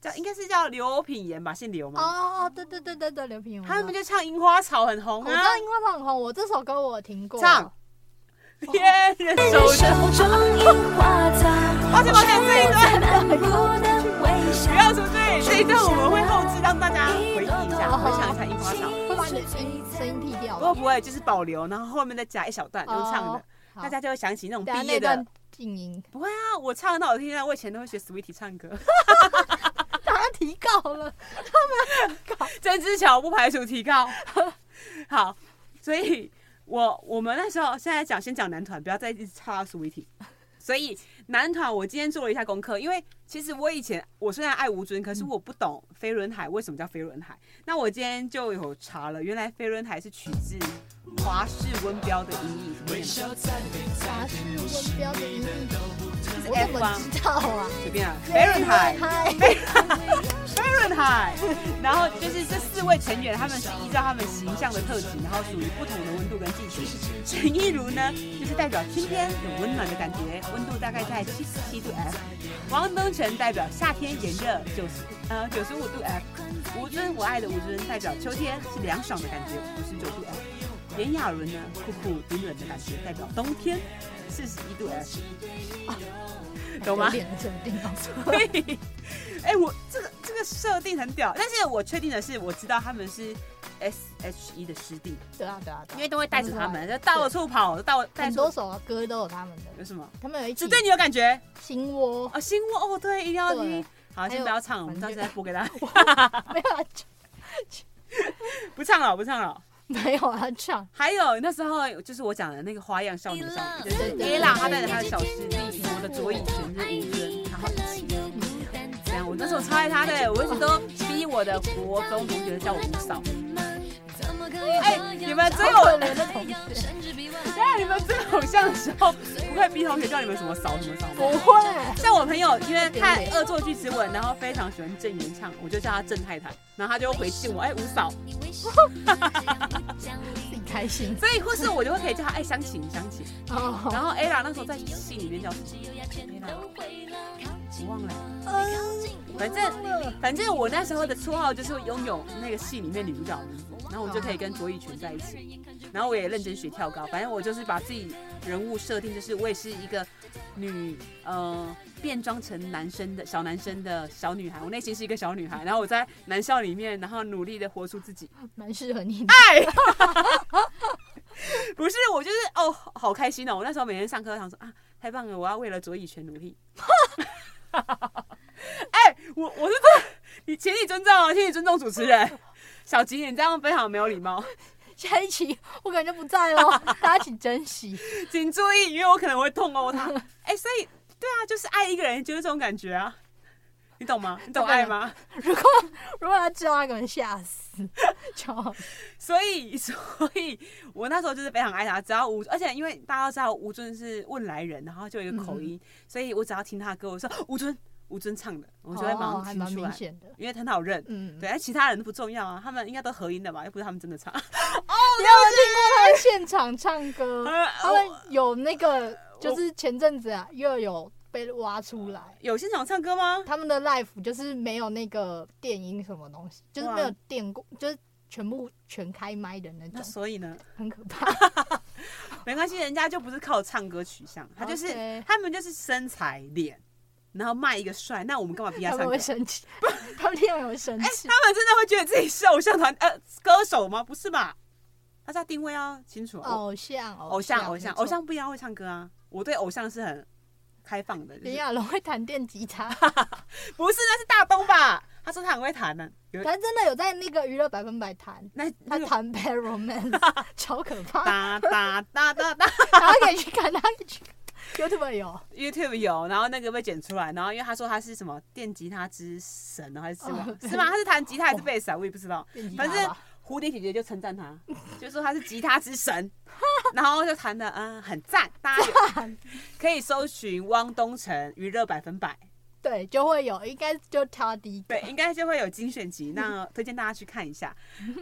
Speaker 2: 叫应该是叫刘品言吧，姓刘吗？
Speaker 4: 哦哦对对对对对，刘品言，
Speaker 2: 他们
Speaker 4: 就
Speaker 2: 就唱《樱花草》很红
Speaker 4: 我知
Speaker 2: 啊，
Speaker 4: 道樱花草很红，我这首歌我听过，
Speaker 2: 唱天人 手
Speaker 5: 手
Speaker 2: 中。
Speaker 5: 中樱花草，
Speaker 2: 抱歉抱歉，这一段
Speaker 5: 不能微笑
Speaker 2: 不。要出去，这一段我们会后置让大家回忆一下，回想一下《樱花草》。
Speaker 4: 会把你的音声音 P 掉哦
Speaker 2: 不过？
Speaker 4: 吗
Speaker 2: 不会，就是保留，然后后面再加一小段用唱的
Speaker 4: 哦，好
Speaker 2: 大家就会想起那种
Speaker 4: 等下
Speaker 2: 毕业
Speaker 4: 那
Speaker 2: 的
Speaker 4: 段。静音，
Speaker 2: 不会啊，我唱得到我听到，我以前都会学 Sweetie 唱歌。
Speaker 4: 大家提高了，
Speaker 2: 曾之乔不排除提高。 好，所以我我们那时候现在讲先讲男团，不要再一直插 Sweetie。所以男团，我今天做了一下功课，因为其实我以前我虽然爱吴尊，可是我不懂飞轮海为什么叫飞轮海。那我今天就有查了，原来飞轮海是取自华氏温标的音译，啊你念吗
Speaker 4: 啥是温标的音译？
Speaker 2: 是
Speaker 4: 我
Speaker 2: F
Speaker 4: 怎
Speaker 2: 吗
Speaker 4: 么？知道啊？
Speaker 2: 随便啊，飞轮海。
Speaker 4: 嗨，
Speaker 2: 飞轮海，然后就是这四位成员，他们是依照他们形象的特质，然后属于不同的温度跟季节。陈亦儒呢，就是代表春天有温暖的感觉，温度大概在七十七度 F。王东城代表夏天炎热，九十呃九十五度 F。吴尊，我爱的吴尊，代表秋天是凉爽的感觉，五十九度 F。炎亚纶呢，酷酷冰冷的感觉，代表冬天，四十一度 F。懂吗
Speaker 4: 有点设定哦，
Speaker 2: 对，哎、我这个这个设定很屌，但是我确定的是，我知道他们是 S H E 的师弟，
Speaker 4: 对啊对啊，对啊
Speaker 2: 因为都会带着他们，就到
Speaker 4: 对
Speaker 2: 处跑，到带
Speaker 4: 很
Speaker 2: 处
Speaker 4: 多首啊歌都有他们的，
Speaker 2: 有什么？
Speaker 4: 他们有一
Speaker 2: 只
Speaker 4: 起
Speaker 2: 对你有感觉
Speaker 4: 心窝，
Speaker 2: 啊？新窝哦，对，一定要听
Speaker 4: 对。
Speaker 2: 好，先不要唱，我们到时候再播给大家。
Speaker 4: 没有啊
Speaker 2: 不唱了，不唱了。
Speaker 4: 没有啊唱，
Speaker 2: 还有那时候就是我讲的那个花样少女少女，就是
Speaker 4: 对对
Speaker 2: A
Speaker 4: 对
Speaker 2: 啦，她带着她的小师弟，我的左眼全是吴尊，然后 这样，我那时候超爱她的，我一直都逼我的国中同学叫我吴嫂。哎、你们追
Speaker 4: 好
Speaker 2: 我
Speaker 4: 可怜的同学，
Speaker 2: 对啊，你们追偶像的时候，不会逼同学叫你们什么嫂什么嫂
Speaker 4: 不
Speaker 2: 吗？
Speaker 4: 会，
Speaker 2: 像我朋友，因为看《恶作剧之吻》，然后非常喜欢郑元畅，我就叫他郑太太，然后他就回敬我，哎、吴嫂。
Speaker 4: 自己开心
Speaker 2: 所以或是我就会可以叫他，哎、湘琴，湘琴。
Speaker 4: 哦。
Speaker 2: 然后 Ella 那时候在戏里面叫什么？Ella，我忘了。反正 反正我那时候的绰号就是拥有那个戏里面女主角的名字，然后我就可以跟卓一群在一起，然后我也认真学跳高，反正我就是把自己人物设定就是我也是一个女呃变装成男生的小男生的小女孩，我内心是一个小女孩，然后我在男校里面，然后努力的活出自己，
Speaker 4: 蛮适合你的。
Speaker 2: 不是我就是哦好开心哦，我那时候每天上课想说啊太棒了，我要为了卓一群努力。 哎、我我是真的，你请你尊重哦，请你尊重主持人。小吉，你这样非常没有礼貌，
Speaker 4: 下一期我感觉不在了，大家请珍惜。
Speaker 2: 请注哦意，因为我可能会痛殴他。哎、所以对啊，就是爱一个人就是这种感觉啊。你懂吗？你懂爱吗？
Speaker 4: 如果他知道，他可能吓死。就
Speaker 2: 所以， 所以我那时候就是非常爱他，只要吴，而且因为大家都知道吴尊是汶莱人，然后就有一个口
Speaker 4: 嗯
Speaker 2: 音，所以我只要听他的歌，我说吴尊，吴尊唱的，我就会马
Speaker 4: 哦还
Speaker 2: 上
Speaker 4: 蛮
Speaker 2: 听出来，
Speaker 4: 明显的。
Speaker 2: 因为很好认。
Speaker 4: 嗯，
Speaker 2: 对，但其他人都不重要啊，他们应该都合音的吧，又不是他们真的唱。
Speaker 4: 你有没有听过他在现场唱歌？他
Speaker 2: 他
Speaker 4: 们有那个，就是前阵子啊，又有被挖出来。
Speaker 2: 有现场唱歌吗？
Speaker 4: 他们的 l i f e 就是没有那个电音什么东西，就是没有电过，就是全部全开麦的那
Speaker 2: 那
Speaker 4: 种，
Speaker 2: 所以呢，
Speaker 4: 很可怕。
Speaker 2: 没关系，人家就不是靠唱歌取向，他就是、
Speaker 4: OK
Speaker 2: 他们就是身材脸，然后卖一个帅，那我们干嘛逼他唱
Speaker 4: 他们
Speaker 2: 歌？
Speaker 4: 会生气， 他们听了会生
Speaker 2: 哎、
Speaker 4: 气。
Speaker 2: 他们真的会觉得自己是偶像团呃歌手吗？不是吧？大家定位要清楚哦。
Speaker 4: 偶像，
Speaker 2: 偶像，偶像，
Speaker 4: 没错
Speaker 2: 偶。像不一样会唱歌啊！我对偶像是很开放的，就是
Speaker 4: 李亚龙会弹电 吉他，
Speaker 2: 不是那是大东吧？他说他很会弹呢、有
Speaker 4: 他真的有在那个娱乐百分百弹，
Speaker 2: 那
Speaker 4: 他
Speaker 2: 那个
Speaker 4: 弹《Bad Romance》，超可怕。
Speaker 2: 哒哒哒哒哒
Speaker 4: 大家可以去看，大家可以去看。YouTube 有，
Speaker 2: ，YouTube 有，然后那个被剪出来，然后因为他说他是什么电吉他之神哦，还是什么、
Speaker 4: 哦
Speaker 2: 是吗？他是弹吉他还是贝斯啊？我也不知道。
Speaker 4: 电吉他
Speaker 2: 反正
Speaker 4: 吧
Speaker 2: 蝴蝶姐姐就称赞他，就说他是吉他之 神，然后就弹的嗯很赞，大家有可以搜寻汪东城娱乐百分百，
Speaker 4: 对就会有，应该就挑第一个。
Speaker 2: 对，应该就会有精选集， 那推荐大家去看一下。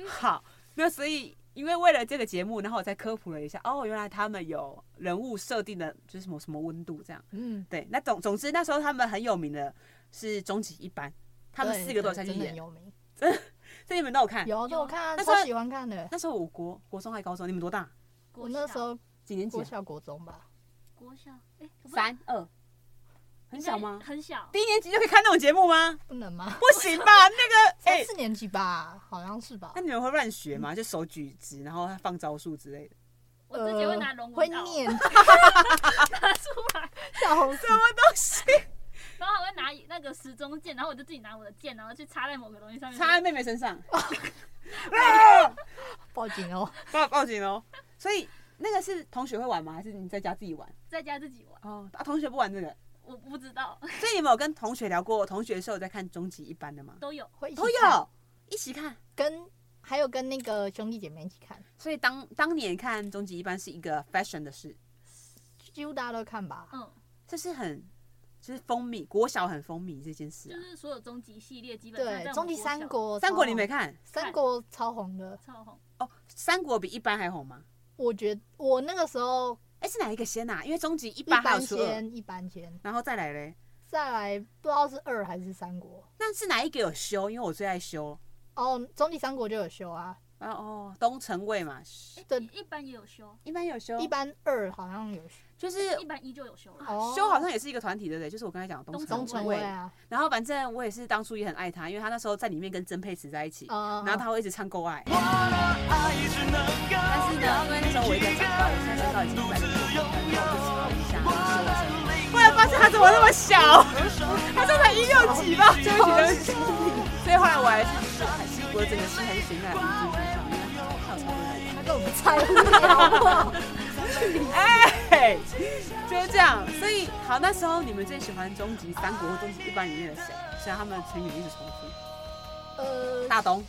Speaker 2: 好，那所以因为为了这个节目，然后我再科普了一下，哦，原来他们有人物设定的，就是什么什么温度这样。
Speaker 4: 嗯，
Speaker 2: 对，那总总之那时候他们很有名的是终极一班，他们
Speaker 4: 对
Speaker 2: 四个都有
Speaker 4: 对
Speaker 2: 下去
Speaker 4: 真的
Speaker 2: 演
Speaker 4: 很，有名，
Speaker 2: 这你们都有看。
Speaker 4: 有都
Speaker 3: 有
Speaker 4: 我看啊，
Speaker 2: 那时候
Speaker 4: 超喜欢看的。
Speaker 2: 那时候我国国中还高中，你们多大？
Speaker 3: 国
Speaker 4: 我那
Speaker 3: 小
Speaker 4: 时候
Speaker 2: 几年级
Speaker 4: 国
Speaker 2: 啊？
Speaker 4: 小国中吧，
Speaker 3: 国小，哎、可不可以
Speaker 2: 三二，很小吗？
Speaker 3: 很小，
Speaker 2: 低啊年级就可以看那种节目吗？
Speaker 4: 不能 吗？
Speaker 2: 不行吧，那 个哎、
Speaker 4: 三四年级吧，好像是吧
Speaker 2: 那。你们会乱学吗？就手举直，然后放招数之类的。
Speaker 3: 我自己会拿龙
Speaker 4: 呃会
Speaker 3: 纹刀
Speaker 4: 念
Speaker 3: 拿出来，
Speaker 4: 笑死，
Speaker 3: 然后还会拿那个时钟剑，然后我就自己拿我的剑，然后去插在某个东西上面。
Speaker 2: 插在妹妹身上， 啊
Speaker 4: 报警哦！
Speaker 2: 报报警哦。所以那个是同学会玩吗？还是你在家自己玩？
Speaker 3: 在家自己玩，
Speaker 2: 哦，啊，同学不玩这个。
Speaker 3: 我不知道
Speaker 2: 所以你们有跟同学聊过，同学是有在看终极一班的吗？
Speaker 3: 都有。
Speaker 4: 会一起
Speaker 2: 都
Speaker 4: 看
Speaker 2: 有，一起看。
Speaker 4: 跟还有跟那个兄弟姐妹一起看，
Speaker 2: 所以当当年看终极一班是一个 fashion 的事，
Speaker 4: 几乎大家都看吧。
Speaker 3: 嗯，
Speaker 2: 这是很就是风靡，国小很风靡这件事
Speaker 3: 就
Speaker 2: 啊。
Speaker 3: 是所有终极系列基本上在我
Speaker 4: 对，
Speaker 3: 们
Speaker 4: 终极
Speaker 3: 国
Speaker 4: 三
Speaker 3: 小
Speaker 4: 国，
Speaker 2: 三国
Speaker 4: 超
Speaker 2: 你
Speaker 4: 红
Speaker 2: 没看
Speaker 4: 三国超红的，
Speaker 3: 超红，
Speaker 2: 哦？三国比一般还红吗？
Speaker 4: 我觉得我那个时候
Speaker 2: 哎、是哪一个先啊？因为终极一
Speaker 4: 一
Speaker 2: 般还有
Speaker 4: 般
Speaker 2: 除二，
Speaker 4: 先，一般先，
Speaker 2: 然后再来嘞。
Speaker 4: 再来不知道是二还是三国。
Speaker 2: 那是哪一个有修？因为我最爱修。
Speaker 4: 哦，终极三国就有修啊，
Speaker 2: 啊哦，东城卫嘛，
Speaker 3: 哎
Speaker 4: 对
Speaker 3: 一般也有修，
Speaker 2: 一般有修，
Speaker 4: 一般二好像有修。
Speaker 2: 就是
Speaker 3: 一般依旧有修了。
Speaker 4: 哦，
Speaker 2: 修好像也是一个团体，对不对？就是我刚才讲的
Speaker 3: 东
Speaker 2: 城
Speaker 4: 东
Speaker 2: 卫
Speaker 4: 城
Speaker 3: 卫
Speaker 4: 卫啊，
Speaker 2: 然后反正我也是当初也很爱他，因为他那时候在里面跟曾沛慈在一起，
Speaker 4: 啊，
Speaker 2: 然后他会一直唱《够爱》。但是呢，因为那时候我一个长高，我现在身高已经一百零六公分，然后就喜欢一下，修了这个。后来发现他怎么那么小， 他这才一六哦几吧，就会觉得很 心疼。所以后来我还是我整个心还是悬在吴尊身上，因为他有超多人。
Speaker 4: 他根本不在乎你好不好，
Speaker 2: 嘿，就是这样。所以好，那时候你们最喜欢终极三国或终极一班里面的谁？虽然他们成语一直重复。
Speaker 4: 呃，
Speaker 2: 大东，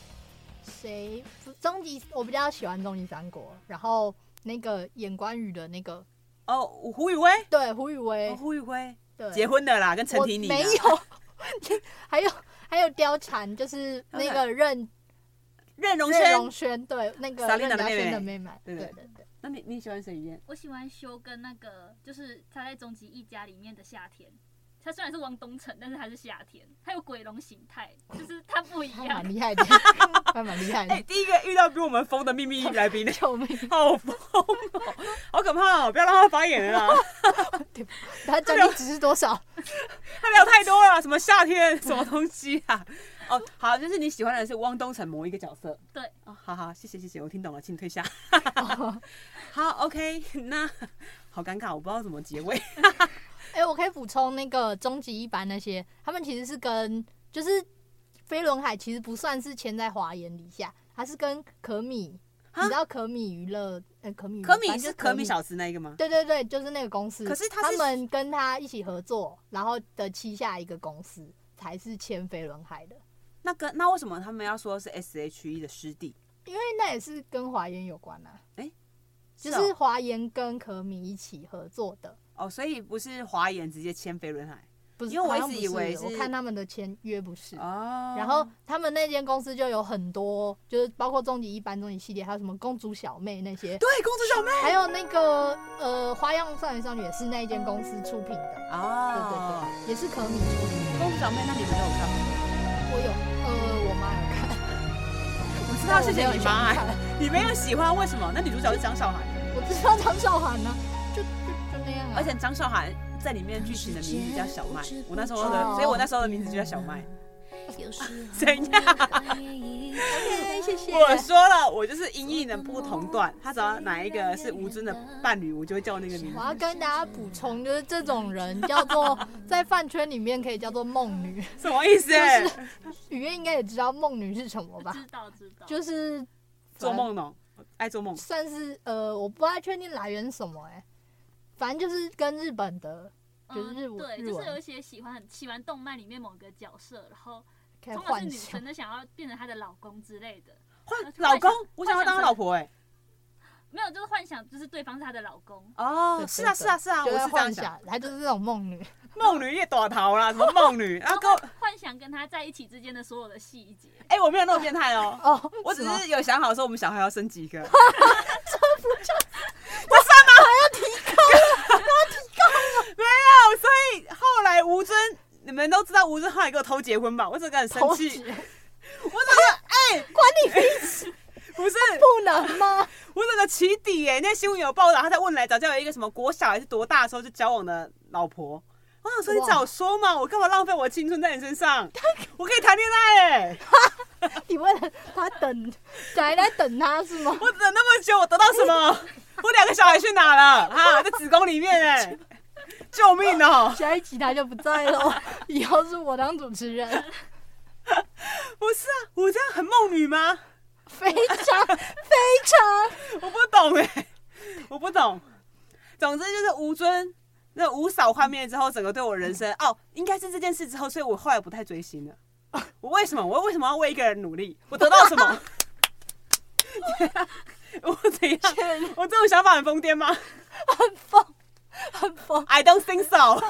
Speaker 4: 谁？终极我比较喜欢终极三国，然后那个演关羽的那个，
Speaker 2: 哦，胡宇威，
Speaker 4: 对，胡宇
Speaker 2: 哦
Speaker 4: 威，
Speaker 2: 胡宇威
Speaker 4: 对，
Speaker 2: 结婚的啦，跟陈
Speaker 4: 我
Speaker 2: 婷妮啦啊
Speaker 4: 没有，还有 还有貂蝉，就是那
Speaker 2: 呃
Speaker 4: 个任
Speaker 2: 任容
Speaker 4: 任
Speaker 2: 萱。
Speaker 4: 容萱，对，那个任
Speaker 2: Selina 的
Speaker 4: 嘉萱
Speaker 2: 妹妹
Speaker 4: 的妹妹，对
Speaker 2: 对对
Speaker 4: 对对，
Speaker 2: 那你你喜欢谁里面？
Speaker 3: 我喜欢修跟那个，就是他在终极一家里面的夏天。他虽然是汪东城，但是他是夏天，他有鬼龙形态，就是他不一
Speaker 4: 还
Speaker 3: 样
Speaker 4: 蛮。厉害的，还蛮厉 害
Speaker 2: 哎、
Speaker 4: 的，
Speaker 2: 第一个遇到比我们疯的秘密来宾，
Speaker 4: 救命！
Speaker 2: 好疯哦，好可怕哦！不要让他发言了啦，
Speaker 4: 他奖励值是多少？
Speaker 2: 他聊太多了，什么夏天， 什么东西啊？哦，好，就是你喜欢的是汪东城某一个角色。
Speaker 3: 对，
Speaker 2: 哦，好好，谢谢谢谢，我听懂了，请退下。 好，OK，那好尴尬，我不知道怎么结尾。
Speaker 4: 哎、我可以补充那个终极一班那些，他们其实是跟就是飞轮海其实不算是签在华研底下，他是跟可米，
Speaker 2: 啊
Speaker 4: 你知道可米娱乐，呃，可米娱 乐
Speaker 2: 可
Speaker 4: 反
Speaker 2: 米
Speaker 4: 正就是可
Speaker 2: 可米小子那一个吗？
Speaker 4: 对对对，就是那个公司。
Speaker 2: 可是他
Speaker 4: 他
Speaker 2: 是
Speaker 4: 们跟他一起合作，然后的旗下一个公司，才是签飞轮海的，
Speaker 2: 那跟那为什么他们要说是 S H E 的师弟？
Speaker 4: 因为那也是跟华研有关啊，就
Speaker 2: 哦
Speaker 4: 是华研跟可米一起合作的，
Speaker 2: 哦，所以不是华研直接签飞轮海
Speaker 4: 不是？
Speaker 2: 因为我一直
Speaker 4: 好像不
Speaker 2: 以为
Speaker 4: 是
Speaker 2: 是
Speaker 4: 我看他们的签约不是。
Speaker 2: 哦，
Speaker 4: 然后他们那间公司就有很多，就是包括终极一班、终极系列，还有什么公主小妹那些，
Speaker 2: 对公主小妹
Speaker 4: 还有那个呃花样少女少女也是那一间公司出品的，对
Speaker 2: 哦，
Speaker 4: 对对，也是可米出品
Speaker 2: 对对，
Speaker 4: 的。
Speaker 2: 公主小妹，那你们都有看吗？
Speaker 4: 我有，呃，我妈有看，
Speaker 2: 我知道，谢谢你妈
Speaker 4: 但我没有全部看
Speaker 2: 哎， 你没有喜欢为什么？那女主角是张韶涵，
Speaker 4: 我知道张韶涵呢，就就就那样啊。
Speaker 2: 而且张韶涵在里面剧情的名字叫小麦，我那时候的，所以我那时候的名字就叫小麦。 怎样？哎
Speaker 4: OK，谢谢。
Speaker 2: 我说了，我就是音译的不同段，他只要哪一个是吴尊的伴侣，我就会叫那个名字
Speaker 4: 我。要跟大家补充，就是这种人叫 做在饭圈里面可以叫做梦女，
Speaker 2: 什么意思？
Speaker 4: 雨燕应该也知道梦女是什么吧？
Speaker 3: 知道知道，
Speaker 4: 就是
Speaker 2: 做梦呢？爱做梦。
Speaker 4: 算是呃，我不太确定来源是什么哎、反正就是跟日本的，就是
Speaker 3: 嗯
Speaker 4: 日文
Speaker 3: 对，
Speaker 4: 日
Speaker 3: 就是
Speaker 4: 文
Speaker 3: 有一些喜欢很喜欢动漫里面某个角色，然后
Speaker 4: 可以
Speaker 3: 通常是
Speaker 4: 幻
Speaker 3: 女
Speaker 4: 想
Speaker 3: 生，的想要变成她的老公之类的，
Speaker 2: 换老公，我想要当他老婆哎。
Speaker 3: 没有就是幻想就是对方是她的老公，
Speaker 2: 哦，是啊是啊是啊，我是
Speaker 4: 就是
Speaker 2: 这样
Speaker 4: 幻
Speaker 2: 想。
Speaker 4: 想，她就是这种梦女。
Speaker 2: 梦女也躲逃啦，什么梦 女？然后跟我，
Speaker 3: 幻想跟他在一起之间的所有的细节，
Speaker 2: 哎，我没有那么变态 哦。
Speaker 4: 哦，
Speaker 2: 我只
Speaker 4: 什么
Speaker 2: 是有想好说我们小孩要生几 个。啊不是吗？还要提高，还要提高。没有，所以后来吴尊，你们都知道吴尊后来给我偷结婚吧？我整个很生
Speaker 4: 偷
Speaker 2: 气
Speaker 4: 袭，
Speaker 2: 我整个哎、
Speaker 4: 关你屁事
Speaker 2: 不是，
Speaker 4: 不能吗？
Speaker 2: 我整个起底耶、那新闻有报道，他在问来找教有一个什么国小还是多大的时候就交往的老婆。我想说，你
Speaker 4: 哇
Speaker 2: 早说嘛！我干嘛浪费我青春在你身上？我可以谈恋爱哎、
Speaker 4: 你为了他等，奶奶等他是吗？
Speaker 2: 我等那么久，我得到什 么？我两个小孩去哪了？啊，在子宫里面哎、 救命哦、
Speaker 4: 下一集他就不在喽， 以后是我当主持人，
Speaker 2: 不是啊，我这样很梦女吗？
Speaker 4: 非常 非
Speaker 2: 我不懂哎、我不懂。总之就是吴尊那吴嫂幻灭之后，整个对我人生哦，应该是这件事之后，所以我后来不太追星了。我为什么？我为什么要为一个人努力？我得到什 么？我怎样？
Speaker 4: 常
Speaker 2: 我这种想法很疯癫吗
Speaker 4: 很疯，很疯。
Speaker 2: ？I don't think so 。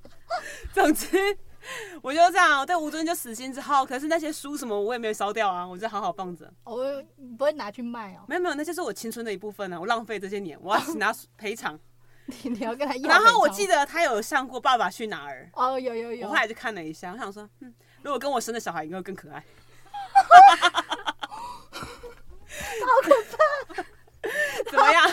Speaker 2: 总之，我就这样，我对吴尊就死心之后，可是那些书什么我也没有烧掉啊，我就好好放着。
Speaker 4: 哦我会你不会拿去卖哦，
Speaker 2: 没有没有，那就是我青春的一部分啊，我浪费这些年，我要拿赔偿。
Speaker 4: 你你要跟他要赔偿。
Speaker 2: 然后我记得他有上过《爸爸去哪儿
Speaker 4: 哦，有有》，
Speaker 2: 我
Speaker 4: 有
Speaker 2: 后，来就看了一下，我想说，嗯，如果跟我生的小孩应该会更可爱。好可 怕！怎么样？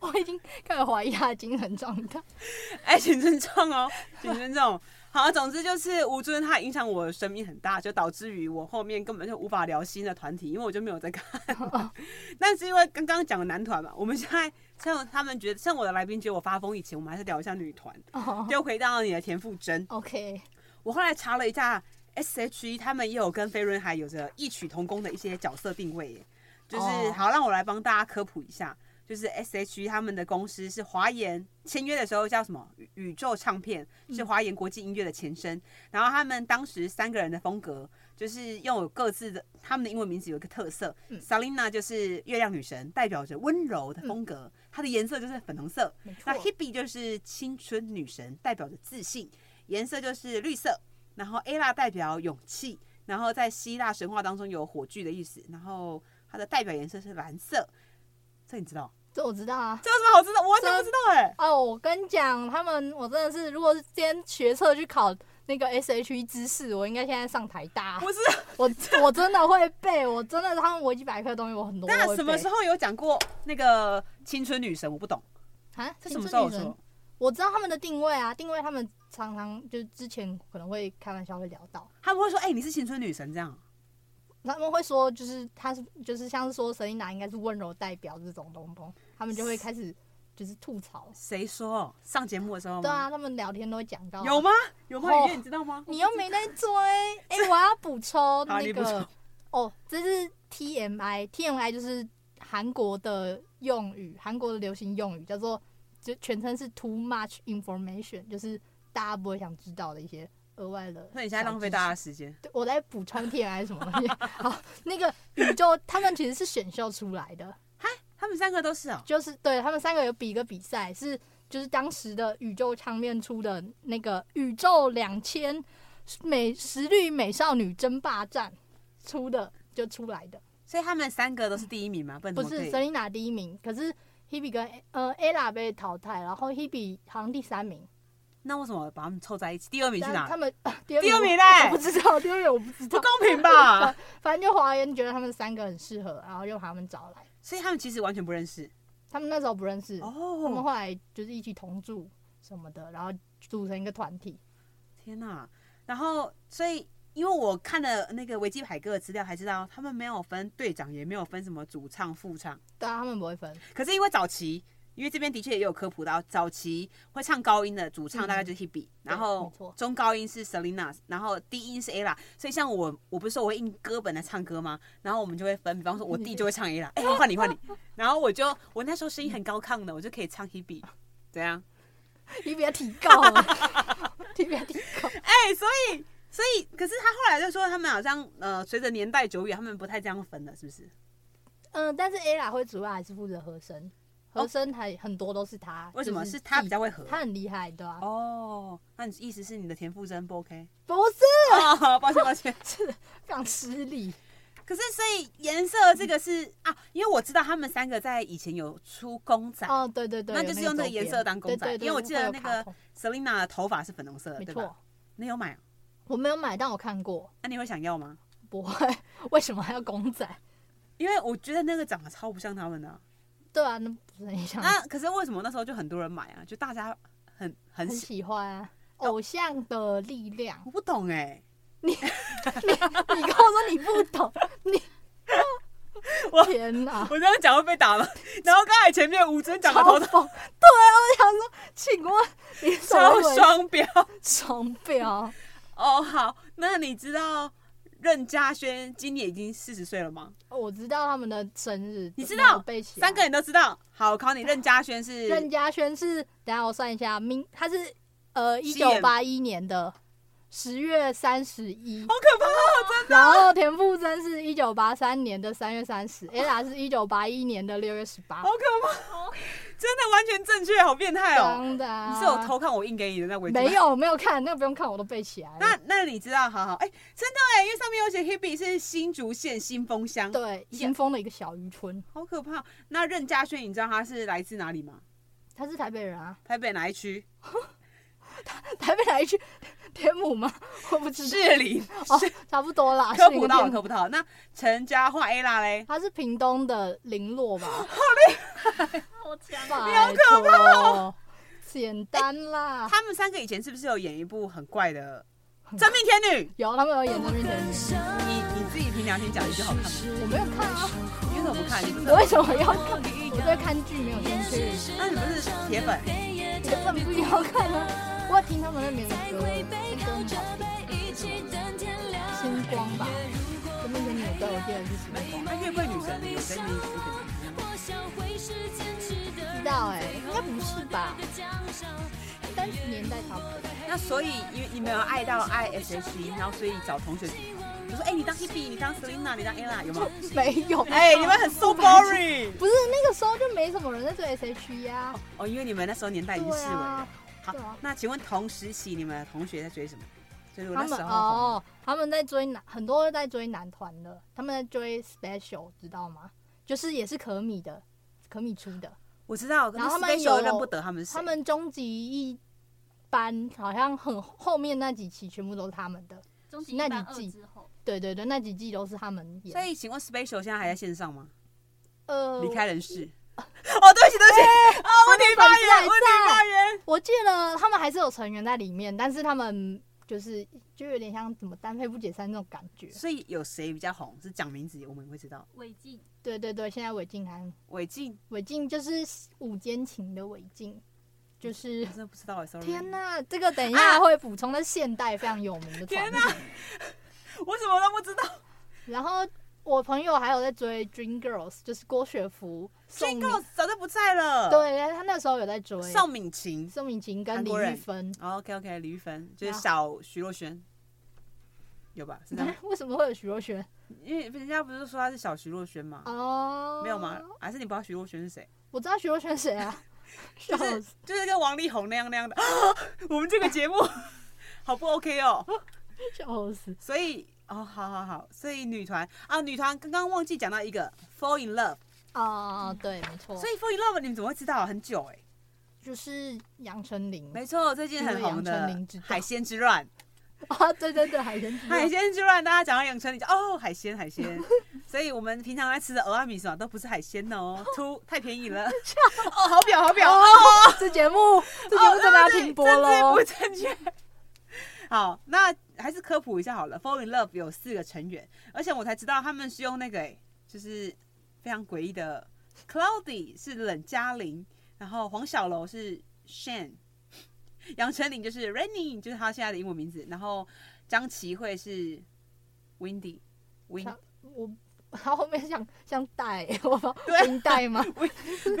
Speaker 4: 我已经开始怀疑他的精神状态。
Speaker 2: 哎，请尊重哦，请尊重。好，总之就是吴尊他影响我的生命很大，就导致于我后面根本就无法聊新的团体，因为我就没有在看。 但是因为刚刚讲的男团嘛，我们现在像他们觉得，像我的来宾觉得我发疯以前，我们还是聊一下女团。
Speaker 4: 哦
Speaker 2: 又回到你的田馥甄，
Speaker 4: ，OK，
Speaker 2: 我后来查了一下，S.H.E 他们也有跟飞轮海有着异曲同工的一些角色定位耶，就是、
Speaker 4: 哦
Speaker 2: 好让我来帮大家科普一下，就是 S.H.E 他们的公司是华研签约的时候叫什么宇宇宙唱片，
Speaker 4: 嗯
Speaker 2: 是华研国际音乐的前身，然后他们当时三个人的风格。就是拥有各自的，他们的英文名字有一个特色、
Speaker 4: 嗯
Speaker 2: s e l i n a 就是月亮女神，代表着温柔的风格，
Speaker 4: 嗯
Speaker 2: 它的颜色就是粉红色，
Speaker 4: 没错
Speaker 2: 那。Hebe 就是青春女神，代表着自信，颜色就是绿色。然后 Ella 代表勇气，然后在希腊神话当中有火炬的意思，然后它的代表颜色是蓝色。这你知道？
Speaker 4: 这我知道啊。
Speaker 2: 这有什么好知道？我完全不知道哎、
Speaker 4: 哦，我跟你讲，他们我真的是，如果是今天学测去考那个 SHE 知识，我应该现在上台大。啊
Speaker 2: 不是，
Speaker 4: 我我真的会背，我真的他们维基百科的东西我很多都
Speaker 2: 那
Speaker 4: 会
Speaker 2: 什么
Speaker 4: 背
Speaker 2: 时候有讲过那个青春女神？我不懂，
Speaker 4: 啊？
Speaker 2: 这
Speaker 4: 青
Speaker 2: 什么时
Speaker 4: 春
Speaker 2: 候有
Speaker 4: 女神
Speaker 2: 说？
Speaker 4: 我知道他们的定位啊，定位他们常常就是之前可能会开玩笑会聊到，
Speaker 2: 他们会说：“哎、你是青春女神。”这样
Speaker 4: 他们会说就是他是就是像是说沈丽娜应该是温柔代表这种东东，他们就会开始就是吐槽。
Speaker 2: 谁说？上节目的时候吗？
Speaker 4: 对啊，他们聊天都会讲到。
Speaker 2: 哦有吗？有吗？
Speaker 4: 哦
Speaker 2: 雨燕你知道吗？
Speaker 4: 你又没在追， 哎、我要补充
Speaker 2: 好
Speaker 4: 那
Speaker 2: 你补充
Speaker 4: 个哦，这是 TMI，TMI 就是韩国的用语，韩国的流行用语叫做就全称是 Too Much Information，就是大家不会想知道的一些额外的。
Speaker 2: 那你现在浪费大家的时间。
Speaker 4: 对，我在补充片还是什么东西？好，那个宇宙他们其实是选秀出来的，
Speaker 2: 他们三个都是哦，
Speaker 4: 就是对他们三个有比一个比赛，是就是当时的宇宙唱片出的那个宇宙两千美实力美少女争霸战出的就出来的，
Speaker 2: 所以他们三个都是第一名嘛，不然
Speaker 4: 不
Speaker 2: 怎么可
Speaker 4: 是
Speaker 2: 以？
Speaker 4: Selina 第一名，可是 Hebe 跟呃 Ella 被淘汰，然后 Hebe 好像第三名，
Speaker 2: 那为什么把他们凑在一起？第二名去
Speaker 4: 但
Speaker 2: 哪
Speaker 4: 他
Speaker 2: 里？
Speaker 4: 们、呃第二
Speaker 2: 第二
Speaker 4: 名
Speaker 2: 名
Speaker 4: 我
Speaker 2: 嘞
Speaker 4: 我不知道，第二名我不知
Speaker 2: 不
Speaker 4: 道，
Speaker 2: 公平 吧？
Speaker 4: 反正就华研觉得他们三个很适合，然后就把他们找来，
Speaker 2: 所以他们其实完全不认识
Speaker 4: 他们那时候不认识，他们
Speaker 2: 哦。
Speaker 4: 后来就是一起同住什么的，然后组成一个团体。
Speaker 2: 天哪、然后，所以因为我看了那个维基百科的资料，才知道他们没有分队长，也没有分什么主唱、副唱。
Speaker 4: 对啊，他们不会分，
Speaker 2: 可是因为早期，因为这边的确也有科普到，早期会唱高音的主唱大概就是 Hebe，、然
Speaker 4: 嗯没
Speaker 2: 后
Speaker 4: 错
Speaker 2: 中高音是 Selina，然后低音是 Ella。所以像我，我不是说我会印歌本来唱歌吗？然后我们就会分，比方说我弟就会唱 Ella，哎、换你换你。然后我就我那时候声音很高亢的，我就可以唱 Hebe，怎啊样？
Speaker 4: 你比较提高啊了， 你比较提高。
Speaker 2: 哎、所以所以，可是他后来就说他们好像呃，随着年代久远，他们不太这样分了，是不是？
Speaker 4: 嗯，但是 Ella 会主要还是负责和声，和声还很多都是他。
Speaker 2: 哦为什么
Speaker 4: 就是
Speaker 2: 他比较会和
Speaker 4: 他很厉害，对吧、
Speaker 2: 哦，那你意思是你的田馥甄不 OK？
Speaker 4: 不是，
Speaker 2: 哦，抱歉抱歉。
Speaker 4: 非常失礼。
Speaker 2: 可是所以颜色这个是啊，因为我知道他们三个在以前有出公仔。
Speaker 4: 哦，对对对，
Speaker 2: 那
Speaker 4: 有
Speaker 2: 就是
Speaker 4: 个
Speaker 2: 用这个
Speaker 4: 周
Speaker 2: 颜
Speaker 4: 边
Speaker 2: 色当公仔
Speaker 4: 对对对
Speaker 2: 因为我记得
Speaker 4: 会有
Speaker 2: 那
Speaker 4: 卡
Speaker 2: 个
Speaker 4: 通
Speaker 2: Selina 的头发是粉红色的，
Speaker 4: 没
Speaker 2: 对
Speaker 4: 错
Speaker 2: 吧？，你有买啊？
Speaker 4: 我没有买，但我看过。
Speaker 2: 那、你会想要吗？
Speaker 4: 不会， 为什么还要公仔？
Speaker 2: 因为我觉得那个长得超不像他们的啊、
Speaker 4: 对啊，那不是很像，
Speaker 2: 那可是为什么那时候就很多人买啊？就大家很很
Speaker 4: 很
Speaker 2: 喜，哦
Speaker 4: 喜欢啊。偶像的力量，
Speaker 2: 我不懂哎、
Speaker 4: 你跟我说你不懂，你
Speaker 2: 我
Speaker 4: 天哪，
Speaker 2: 我这样讲会被打 吗？然后刚才前面吴尊讲的
Speaker 4: 超
Speaker 2: 头
Speaker 4: 疯！
Speaker 2: 头
Speaker 4: 对啊，我想说，请问你什
Speaker 2: 超
Speaker 4: 么鬼
Speaker 2: 双标
Speaker 4: 双标？
Speaker 2: 哦。好，那你知道任嘉轩今年已经四十岁了吗？
Speaker 4: 哦我知道他们的生日，
Speaker 2: 你知
Speaker 4: 没有
Speaker 2: 道
Speaker 4: 背起来
Speaker 2: 三个人都知道。好，我考你，任嘉轩是
Speaker 4: 哎任嘉轩是，等一下我算一下，明他是呃一
Speaker 2: 西
Speaker 4: 九
Speaker 2: 元
Speaker 4: 八一年的十月三十一，
Speaker 2: 好可怕哦，
Speaker 4: 然后田馥甄是一九八三年的三月三十，ella 是一九八一年的六月十八
Speaker 2: 好，可
Speaker 3: 哦
Speaker 2: 怕，真的完全正确，好变态哦。
Speaker 4: 真的啊、
Speaker 2: 你是有偷看我印给你的那维基吗
Speaker 4: 没？有没有看，那个不用看，我都背起来
Speaker 2: 那
Speaker 4: 了。
Speaker 2: 那你知道，好好，哎、真的哎、因为上面有写 Hebe 是新竹县新丰乡，
Speaker 4: 对，新丰的一个小渔村，
Speaker 2: 好可怕。哦那任嘉轩，你知道他是来自哪里吗？
Speaker 4: 他是台北人啊，
Speaker 2: 台北哪一区？
Speaker 4: 台北哪一区？ 天母吗？ 我不知道，
Speaker 2: 士林，
Speaker 4: 哦，差不多啦，
Speaker 2: 科
Speaker 4: 是一
Speaker 2: 普
Speaker 4: 个
Speaker 2: 到
Speaker 4: 天
Speaker 2: 科
Speaker 4: 母
Speaker 2: 普到。那陈嘉桦 A 啦嘞，
Speaker 4: 他是屏东的零落吧？
Speaker 3: 好强啊！
Speaker 4: 好可怕！简单啦，
Speaker 2: 他们三个以前是不是有演一部很怪的《真命天女
Speaker 4: 有他们有演《真命天女》，
Speaker 2: 你你自己凭良心讲一句好看吗？
Speaker 4: 我没有看啊，
Speaker 2: 你为什么不看？你不知
Speaker 4: 我
Speaker 2: 道
Speaker 4: 为什么要看？我对看剧没有兴趣，
Speaker 2: 那你不是铁粉？
Speaker 4: 我本不一定要看啊。我有听他们那边的歌，真的好听星光吧，《真命天女》对，我记得是星光。
Speaker 2: 那月桂女神有在你这个？
Speaker 4: 不知道哎、应该不是吧？三十年代差不多。
Speaker 2: 那所以因为你没有爱到 I S H E，然后所以找同学比，我说哎、你当 Hebe，你当 Selina，你当 Ella 有吗？
Speaker 4: 没有
Speaker 2: 哎、你们 很 so boring
Speaker 4: 不是那个时候就没什么人在追 SHE 啊。
Speaker 2: 哦，因为你们那时候年代已经
Speaker 4: 对
Speaker 2: 视为
Speaker 4: 啊
Speaker 2: 了。，好
Speaker 4: 对啊，
Speaker 2: 那请问同时期你们的同学在追什么？追我
Speaker 4: 他
Speaker 2: 那
Speaker 4: 们
Speaker 2: 时候
Speaker 4: 哦，他们在追男，很多在追男团的，他们在追 Special，知道吗？就是也是可米的，可米出的。
Speaker 2: 我知道，可是
Speaker 4: 然后他们
Speaker 2: Special
Speaker 4: 有
Speaker 2: 认不得他们是谁。
Speaker 4: 他们终极一班好像很后面那几期全部都是他们的。
Speaker 3: 终极
Speaker 4: 那
Speaker 3: 一
Speaker 4: 你
Speaker 3: 班二
Speaker 4: 记
Speaker 3: 之后，
Speaker 4: 对对对，那几季都是他们演。
Speaker 2: 所以，请问 Special 现在还在线上吗？
Speaker 4: 呃，哎
Speaker 2: 离开人世。哦，对不起，对不起，啊，问题发
Speaker 4: 粉丝还
Speaker 2: 言，问题发言。
Speaker 4: 我记得他们还是有成员在里面，但是他们就是就有点像怎么单飞不解散那种感觉。
Speaker 2: 所以有谁比较红？是讲名字，我们也会知道。
Speaker 3: 魏晋
Speaker 4: 对对对，现在韦静还
Speaker 2: 韦静，
Speaker 4: 韦静就是午间情的韦静，就是
Speaker 2: 我真的不知道哎，sorry。
Speaker 4: 天，呐，这个等一
Speaker 2: 啊
Speaker 4: 下会补充，在现代非常有名的团体。
Speaker 2: 我什么都不知道。
Speaker 4: 然后我朋友还有在追 Dream Girls，就是郭雪芙、宋
Speaker 2: 俊
Speaker 4: 敏，
Speaker 2: 哥早就不在了。，
Speaker 4: 对，他那时候有在追
Speaker 2: 邵敏琴。
Speaker 4: 宋敏
Speaker 2: 韩
Speaker 4: 琴跟李
Speaker 2: 国
Speaker 4: 玉
Speaker 2: 人
Speaker 4: 芬。
Speaker 2: OK OK，李玉芬就是
Speaker 4: 然后
Speaker 2: 小徐若瑄，有吧？是这 样吗，
Speaker 4: 为什么会有许若瑄？
Speaker 2: 因为人家不是说她是小徐若瑄吗？
Speaker 4: 哦，
Speaker 2: 没有吗？？还是你不知道徐若瑄是谁？
Speaker 4: 我知道许若瑄谁啊，笑
Speaker 2: 是
Speaker 4: 死！
Speaker 2: 就是跟王力宏那样那 样的。我们这个节目 好不 OK 哦，
Speaker 4: 笑死！
Speaker 2: 所以哦，好好好，所以女团啊，女团刚刚忘记讲到一个 Fall in Love，哦
Speaker 4: 啊，对，没错，
Speaker 2: 所以 Fall in Love 你们怎么会知道？很久哎、
Speaker 4: 就是杨丞琳
Speaker 2: 没错，最近很红
Speaker 4: 哦因为杨
Speaker 2: 的
Speaker 4: 丞琳知
Speaker 2: 《
Speaker 4: 道
Speaker 2: 海鲜之乱》，
Speaker 4: 啊，对对对，海豚 之
Speaker 2: 海
Speaker 4: 恋
Speaker 2: 鲜之乱，大家讲到养成，你就哦，海鲜海鲜。所以我们平常在吃的俄阿米什么都不是海鲜 哦，突太便宜了。哦，好表好表，哦，
Speaker 4: 这节目 这节目真的要停播
Speaker 2: 哦
Speaker 4: 喽
Speaker 2: 对，政治不正确。 好，那还是科普一下好了。Fall in Love 有四个成员，而且我才知道他们是用那个、欸，就是非常诡异的 Cloudy 是冷嘉玲，然后黄小柔是 Shan，杨丞琳就是 Rainy，就是他现在的英文名字，然后张琪慧是 Windy。Win
Speaker 4: 他我 他后面像像带 我不
Speaker 2: 对
Speaker 4: 冰带吗？
Speaker 2: 没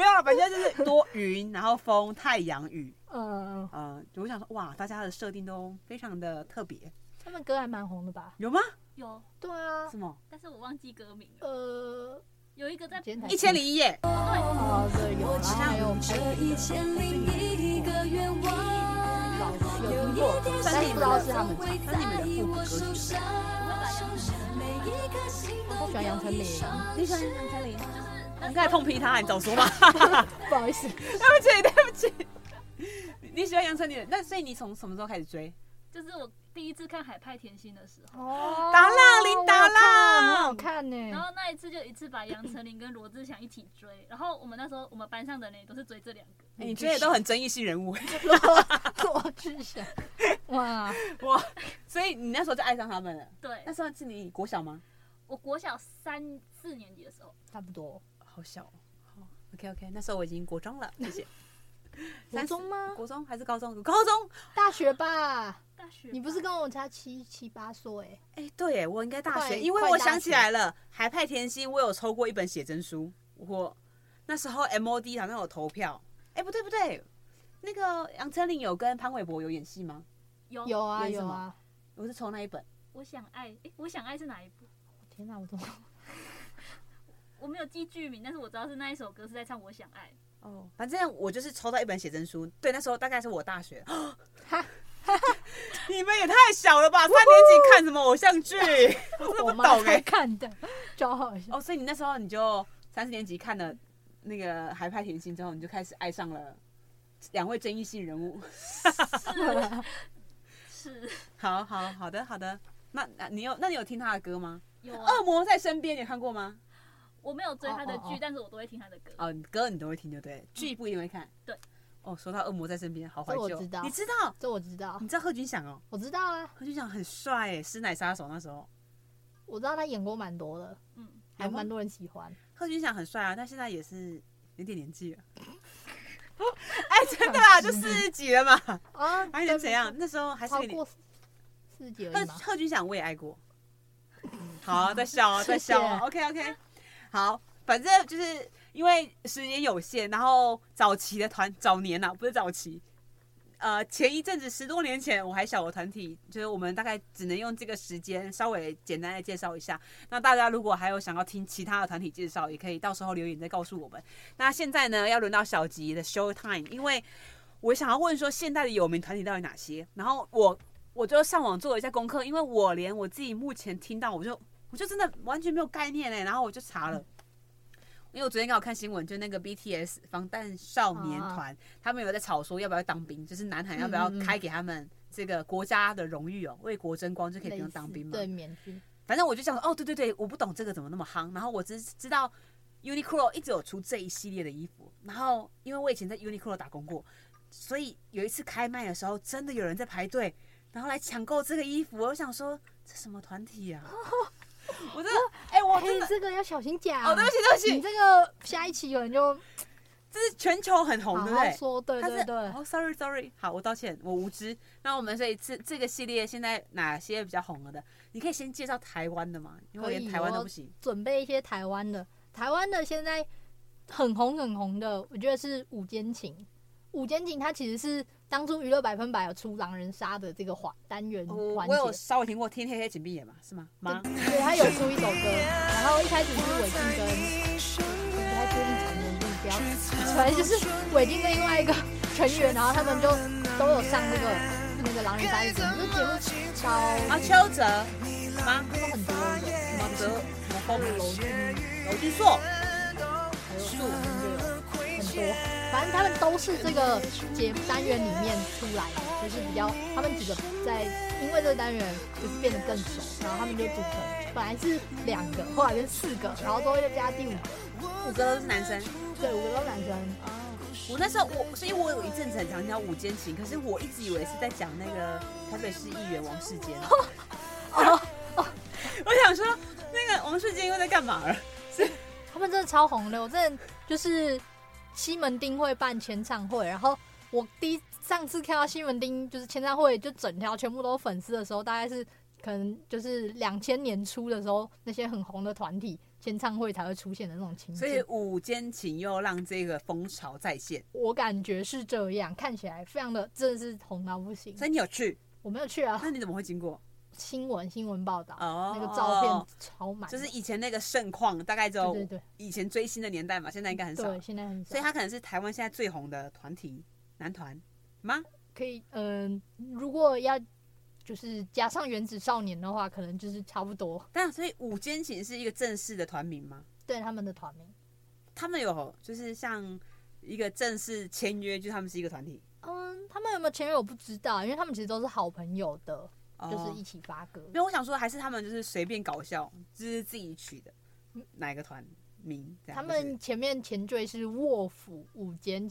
Speaker 2: 有了，啊反正就是多云，然后风、太阳、雨。
Speaker 4: 嗯，
Speaker 2: 呃，我想说，哇，大家的设定都非常的特别，
Speaker 4: 他们歌还蛮红的吧？
Speaker 2: 有吗？
Speaker 3: 有，
Speaker 4: 对啊
Speaker 2: 什，么？
Speaker 3: 但是我忘记歌名了。
Speaker 4: 呃，
Speaker 3: 有一个在
Speaker 4: 简单
Speaker 2: 一千零一夜。
Speaker 4: 哦对，有，然后还有
Speaker 5: 这一千零一个愿望，
Speaker 4: 有
Speaker 5: 有
Speaker 4: 听
Speaker 5: 一
Speaker 4: 过，
Speaker 5: 天
Speaker 4: 但是
Speaker 5: 谁
Speaker 4: 不知道
Speaker 5: 都
Speaker 4: 是他们
Speaker 5: 总
Speaker 4: 唱
Speaker 5: 会
Speaker 4: 的。
Speaker 5: 在我手上。每一颗心
Speaker 4: 我喜欢杨丞琳，
Speaker 2: 你喜欢杨丞琳？你在痛批他，你早说 嘛！
Speaker 4: 不好意思，
Speaker 2: 对不起，对不起。你喜欢杨丞琳，那所以你从什么时候开始追？
Speaker 3: 就是我第一次看《海派甜心》的时候，
Speaker 4: 哦
Speaker 2: 达啦琳达啦
Speaker 4: 很好看
Speaker 3: 然
Speaker 4: 呢。
Speaker 3: 后那一次就一次把杨丞琳跟罗志祥一起追，然后我们那时候我们班上的人也都是追这两个。
Speaker 2: 哎你追的都很争议性人 物，
Speaker 4: 我去想，哇，
Speaker 2: 哇！所以你那时候就爱上他们了。
Speaker 3: 对
Speaker 2: 那，时候是你国小吗？
Speaker 3: 我国小三四年级的时候，
Speaker 4: 差不多，
Speaker 2: 好小哦。好 OK OK，那时候我已经国中了，谢谢。
Speaker 4: 国中吗
Speaker 2: 国中还是高中？高中。
Speaker 4: 大学吧？
Speaker 3: 大学
Speaker 4: 你不是
Speaker 3: 吧
Speaker 4: 跟我差七七八岁？
Speaker 2: 哎、对耶，我应该大
Speaker 4: 快
Speaker 2: 学，因为
Speaker 4: 快
Speaker 2: 我
Speaker 4: 大
Speaker 2: 想起
Speaker 4: 学
Speaker 2: 来了，海派甜心，我有抽过一本写真书，我那时候 MOD 好像有投票，哎、不对不对，那个杨丞琳有跟潘玮柏有演戏吗？
Speaker 3: 有
Speaker 4: 有啊
Speaker 2: 演什
Speaker 4: 有
Speaker 2: 么
Speaker 4: 啊！
Speaker 2: 我是抽那一本，
Speaker 3: 我想爱，诶，我想爱是哪一部？
Speaker 4: 啊天哪，我怎么
Speaker 3: 我没有记剧名，但是我知道是那一首歌是在唱《我想爱》。
Speaker 2: 哦，反正我就是抽到一本写真书，对，那时候大概是我大 学，你们也太小了吧，三年级看什么偶像 剧，我真的
Speaker 4: 我
Speaker 2: 不
Speaker 4: 妈
Speaker 2: 懂哎、
Speaker 4: 才看的，超好笑。
Speaker 2: 哦，所以你那时候你就三四年级看了那个海派甜心之后，你就开始爱上了两位争议性人物。
Speaker 3: 是
Speaker 2: 好好好的好的，那那你有那你有听他的歌吗？
Speaker 4: 哦
Speaker 3: 有啊，
Speaker 2: 恶魔在身边，你有看过吗？
Speaker 3: 我没有追他的
Speaker 4: 哦哦哦
Speaker 3: 剧，但是我都会听他的歌。
Speaker 2: 哦，你歌你都会听就对了，剧不一定会看。
Speaker 3: 对。
Speaker 2: 哦，说到恶魔在身边，好怀
Speaker 4: 嗯这我
Speaker 2: 旧。哦
Speaker 4: 知道
Speaker 2: 你知道？
Speaker 4: 这我知道
Speaker 2: 你，知道贺军翔哦？
Speaker 4: 我知道啊，
Speaker 2: 贺军翔很帅诶，师奶杀手那时候，
Speaker 4: 我知道他演过蛮多的，
Speaker 3: 嗯，
Speaker 4: 还蛮多人喜欢。
Speaker 2: 贺军翔很帅啊，但现在也是有点年 纪了。哎，真的啦，就四十几了嘛，
Speaker 4: 啊，
Speaker 2: 还能怎样？那时候还
Speaker 4: 对？
Speaker 2: 是有
Speaker 4: 超
Speaker 2: 点
Speaker 4: 过四四集而
Speaker 2: 贺
Speaker 4: 已吗？
Speaker 2: 贺军翔我也爱 过。好，在笑啊，
Speaker 4: 谢谢
Speaker 2: 在笑啊。OK OK，好，反正就是因为时间有限，然后早期的团早年呐、啊，不是早期。呃，前一阵子十多年前我还小的团体，就是我们大概只能用这个时间稍微简单的介绍一下。那大家如果还有想要听其他的团体介绍，也可以到时候留言再告诉我们。那现在呢，要轮到小吉的 show time，因为我想要问说现在的有名团体到底哪些？然后我我就上网做了一下功课，因为我连我自己目前听到，我就我就真的完全没有概念哎，然后我就查了。因为我昨天刚好看新闻，就那个 BTS 防弹少年团，他们有在吵说要不要当兵，就是南韩要不要
Speaker 4: 哦嗯嗯嗯
Speaker 2: 开给他们这个国家的荣誉哦，为国争光就可以不
Speaker 4: 类
Speaker 2: 用
Speaker 4: 似
Speaker 2: 当兵嘛。
Speaker 4: 对，免军。
Speaker 2: 反正我就想说，哦，对对对，我不懂这个怎么那么夯，然后我只知道 Uniqlo 一直有出这一系列的衣服，然后因为我以前在 Uniqlo 打工过，所以有一次开卖的时候，真的有人在排队，然后来抢购这个衣服，我想说这什么团体啊？ 我真的，哎、我
Speaker 4: 哎
Speaker 2: 真，的，
Speaker 4: 这个要小心讲。
Speaker 2: 哦，对不起，对不起，
Speaker 4: 你这个下一期有人就
Speaker 2: 这是全球很红，
Speaker 4: 好
Speaker 2: 对不对
Speaker 4: 好？说，对
Speaker 2: 它是
Speaker 4: 对对，
Speaker 2: 哦，sorry sorry，好，我道歉，我无知。那我们所以这这个系列现在哪些比较红了的？你可以先介绍台湾的吗？因为我
Speaker 4: 可以
Speaker 2: 连台湾都
Speaker 4: 我
Speaker 2: 不行。
Speaker 4: 准备一些台湾的，台湾的现在很红很红的，我觉得是《午间情》。《午间情》它其实是当初娱乐百分百有出狼人杀的这个环单元
Speaker 2: 我
Speaker 4: 环
Speaker 2: 哦我有
Speaker 4: 节，
Speaker 2: 稍微听过《天黑黑请闭眼》嘛，是吗？吗？
Speaker 4: 对，它有出一首歌，然后一开始是韦静跟，我不太确定成员就是不要，反正就是韦静跟另外一个成员，然后他们就都有上那个那个狼人杀的节目，这节目超
Speaker 2: 啊，邱泽吗？
Speaker 4: 都很多
Speaker 2: 什
Speaker 4: 人，
Speaker 2: 么泽？什么风？
Speaker 4: 楼梯
Speaker 2: 楼俊硕？
Speaker 4: 还有素文就有很多，反正他们都是这个节目单元里面出来的，就是比较他们几个在因为这个单元就是变得更熟，然后他们就组成，本来是两个，后来变四个，然后最后又加第五个，
Speaker 2: 五个都是男生。
Speaker 4: 对，五个都是男生。
Speaker 2: 我那时候我，所以我有一阵子很常讲午间情，可是我一直以为是在讲那个台北市议员王世 坚。
Speaker 4: 哦
Speaker 2: 我想说，那个王世坚又在干嘛了？
Speaker 4: 嗯他们真的超红的，我真的就是西门町会办签唱会，然后我第一上次看到西门町就是签唱会，就整条全部都是粉丝的时候，大概是可能就是两千年初的时候，那些很红的团体签唱会才会出现的那种情景。
Speaker 2: 所以午间情又让这个风潮再现，
Speaker 4: 我感觉是这样，看起来非常的真的是红到不行。
Speaker 2: 所以你有去？
Speaker 4: 我没有去啊，
Speaker 2: 那你怎么会经过？
Speaker 4: 新闻新闻报道、
Speaker 2: 哦
Speaker 4: 那个照片超满，
Speaker 2: 就是以前那个盛况，大概只有
Speaker 4: 哦对对
Speaker 2: 以前追星的年代嘛，现在应该很少。
Speaker 4: 对，现在很少
Speaker 2: 所以。他可能是台湾现在最红的团体男团吗？
Speaker 4: 可以，嗯、如果要就是加上原子少年的话，可能就是差不多
Speaker 2: 但所以午间情是一个正式的团名吗？
Speaker 4: 对他们的团名。
Speaker 2: 他们有就是像一个正式签约，就是他们是一个团体，
Speaker 4: 嗯，他们有没有签约我不知道，因为他们其实都是好朋友的，
Speaker 2: 哦
Speaker 4: 就是一起发歌。
Speaker 2: 没有，我想说还是他们就是随便搞笑，就是自己取的哪一个团名这样。
Speaker 4: 嗯他
Speaker 2: 就是
Speaker 4: 们前面前缀是卧斧、午间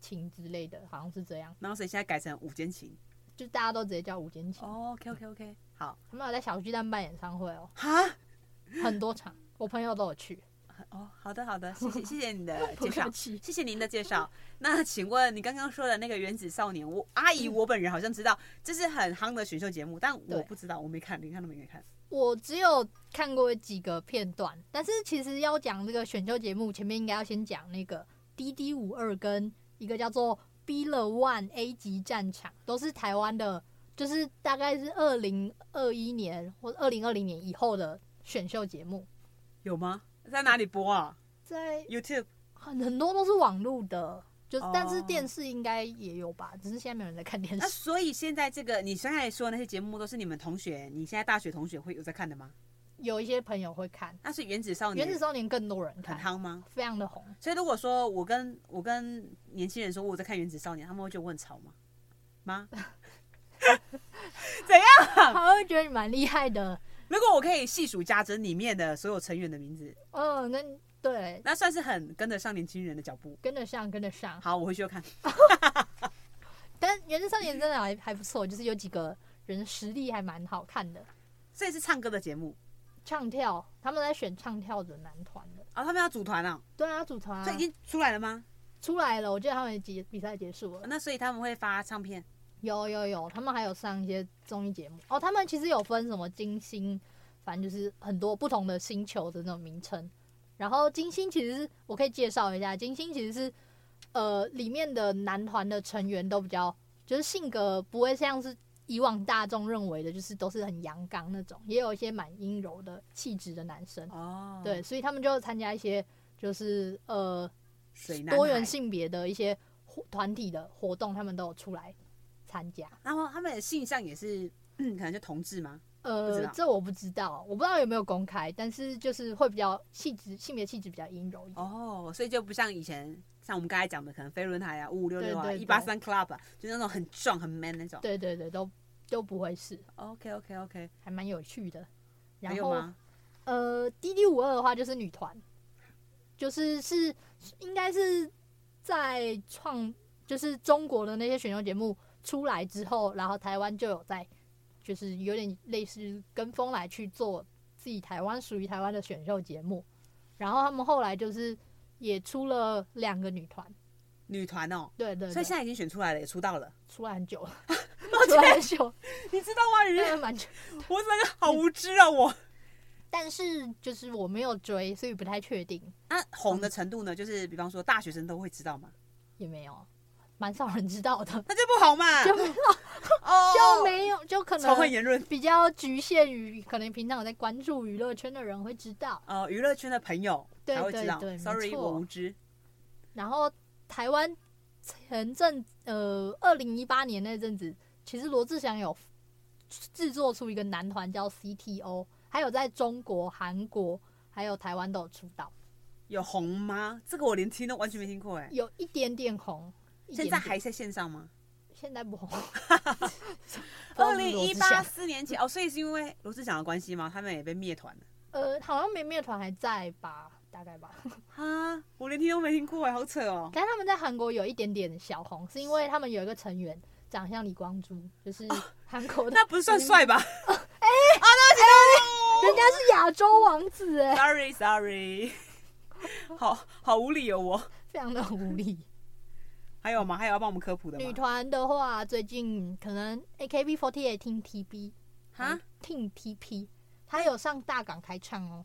Speaker 4: 情之类的，好像是这样，
Speaker 2: 然后所以现在改成午间情。
Speaker 4: 就大家都直接叫午间情。
Speaker 2: 哦，OK OK OK，好
Speaker 4: 他们有在小巨蛋办演唱会哦，
Speaker 2: 哈，
Speaker 4: 很多场，我朋友都有去。
Speaker 2: 哦，好的好的，谢 谢谢谢你的介
Speaker 4: 不
Speaker 2: 绍
Speaker 4: 客，气
Speaker 2: 谢谢您的介绍。那请问你刚刚说的那个原子少年， 我阿姨我本人好像知道，这是很夯的选秀节目，但我
Speaker 4: 对
Speaker 2: 不知道，我没看，连看都没看。
Speaker 4: 我只有看过几个片段，但是其实要讲这个选秀节目，前面应该要先讲那个滴滴五二跟一个叫做 B 了 One A 级战场，都是台湾的，就是大概是二零二一年或二零二零年以后的选秀节目，
Speaker 2: 有吗？在哪里播啊
Speaker 4: 在
Speaker 2: ？YouTube
Speaker 4: 很很多都是网络的，就是、
Speaker 2: 哦
Speaker 4: 但是电视应该也有吧，只是现在没有人在看电
Speaker 2: 那
Speaker 4: 视。
Speaker 2: 所以现在这个你刚才说的那些节目，都是你们同学，你现在大学同学会有在看的吗？
Speaker 4: 有一些朋友会看
Speaker 2: 那是原子少
Speaker 4: 《
Speaker 2: 年，
Speaker 4: 原子少年》，更多人
Speaker 2: 哦很
Speaker 4: 看，
Speaker 2: 夯吗？
Speaker 4: 非常的红。
Speaker 2: 所以如果说我跟我跟年轻人说我在看原子少年，他们会觉得我很吵吗？吗？
Speaker 4: 他会觉得你蛮厉害的，
Speaker 2: 如果我可以细数家珍里面的所有成员的名字，
Speaker 4: 嗯，那对，
Speaker 2: 那算是很跟得上年轻人的脚步。
Speaker 4: 跟得上，跟得上。
Speaker 2: 好，我回去要看。
Speaker 4: 但《原子少年》真的还还不错，就是有几个人实力还蛮好看的。
Speaker 2: 这也是唱歌的节目
Speaker 4: 唱跳，他们在选唱跳的男团的，
Speaker 2: 啊，他们要组团啊，
Speaker 4: 对啊，组团、
Speaker 2: 所以已
Speaker 4: 啊、
Speaker 2: 经出来了吗？
Speaker 4: 出来了。我记得他们结比赛结束了，
Speaker 2: 那所以他们会发唱片
Speaker 4: 有有有，他们还有上一些综艺节目哦。他们其实有分什么金星，反正就是很多不同的星球的那种名称。然后金星其实是我可以介绍一下，金星其实是呃里面的男团的成员都比较就是性格不会像是以往大众认为的，就是都是很阳刚那种，也有一些蛮阴柔的气质的男生。
Speaker 2: 哦，
Speaker 4: 对，，所以他们就参加一些就是呃
Speaker 2: 水男
Speaker 4: 多
Speaker 2: 孩
Speaker 4: 元性别的一些活团体的活动，他们都有出来参加。
Speaker 2: 然后他们的性向也是， 嗯，可能就同志吗？不知
Speaker 4: 呃
Speaker 2: 道，
Speaker 4: 这我不知道，我不知道有没有公开，但是就是会比较气质，性别气质比较阴柔一点。
Speaker 2: 哦，所以就不像以前，像我们刚才讲的，可能飞轮海啊、五五六六啊、一
Speaker 4: 对对对
Speaker 2: 八三 club 啊，就那种很壮、很 man 那种。
Speaker 4: 对对对，都都不会是，
Speaker 2: OK OK OK，
Speaker 4: 还蛮有趣的。
Speaker 2: 还
Speaker 4: 然
Speaker 2: 有
Speaker 4: 后
Speaker 2: 吗？
Speaker 4: 呃，滴滴五二的话就是女团，就是是应该是在创，就是中国的那些选秀节目出来之后，然后台湾就有在，就是有点类似跟风来去做自己台湾属于台湾的选秀节目，然后他们后来就是也出了两个女团，
Speaker 2: 女团哦，
Speaker 4: 对对
Speaker 2: 所
Speaker 4: 对
Speaker 2: 以现哦在已经选出来了，也出道了。
Speaker 4: 出来 很久了，出来很久，
Speaker 2: 你知道吗？
Speaker 4: 真
Speaker 2: 人，
Speaker 4: 的蛮久。
Speaker 2: 我真的好无知啊！ 我
Speaker 4: 但是就是我没有追，所以不太确定，
Speaker 2: 啊，红的程度呢，就是比方说大学生都会知道嘛，
Speaker 4: 也没有，蛮少人知道的，
Speaker 2: 那就不好嘛，
Speaker 4: 就没有
Speaker 2: 哦
Speaker 4: 就没有，就可
Speaker 2: 仇恨
Speaker 4: 能
Speaker 2: 言论。
Speaker 4: 比较局限于可能平常有在关注娱乐圈的人会知道。
Speaker 2: 呃，娱乐圈的朋友
Speaker 4: 对
Speaker 2: 才会知道
Speaker 4: 对对。没
Speaker 2: Sorry，
Speaker 4: 错
Speaker 2: 我无知。
Speaker 4: 然后台湾前阵呃，二零一八年那阵子，其实罗志祥有制作出一个男团叫 CTO，还有在中国、韩国还有台湾都有出道，
Speaker 2: 有红吗？这个我连听都完全没听过哎。
Speaker 4: 有一点点红。一
Speaker 2: 现
Speaker 4: 点
Speaker 2: 在
Speaker 4: 点
Speaker 2: 还在线上吗？
Speaker 4: 现在不红，不知道
Speaker 2: 二
Speaker 4: 是不是
Speaker 2: 零
Speaker 4: 罗
Speaker 2: 一
Speaker 4: 志
Speaker 2: 八
Speaker 4: 祥
Speaker 2: 四年前哦，所以是因为罗志祥的关系吗？他们也被灭团了
Speaker 4: 呃，好像美灭团还在吧，大概吧。
Speaker 2: 啊！我连听都没听过哎，好扯 哦。
Speaker 4: 但他们在韩国有一点点小红，是因为他们有一个成员长相李光洙，就是
Speaker 2: 哦
Speaker 4: 韩国的，
Speaker 2: 那不是算帅吧
Speaker 4: 人家是亚洲王子哎、
Speaker 2: ？Sorry，Sorry，好好无理哦我。
Speaker 4: 非常的无力。
Speaker 2: 还有吗？还有要帮我们科普的
Speaker 4: 女
Speaker 2: 吗？
Speaker 4: 团的话，最近可能 AKB48 听 TB
Speaker 2: 啊，
Speaker 4: 听 TP，她有上大港开唱哦。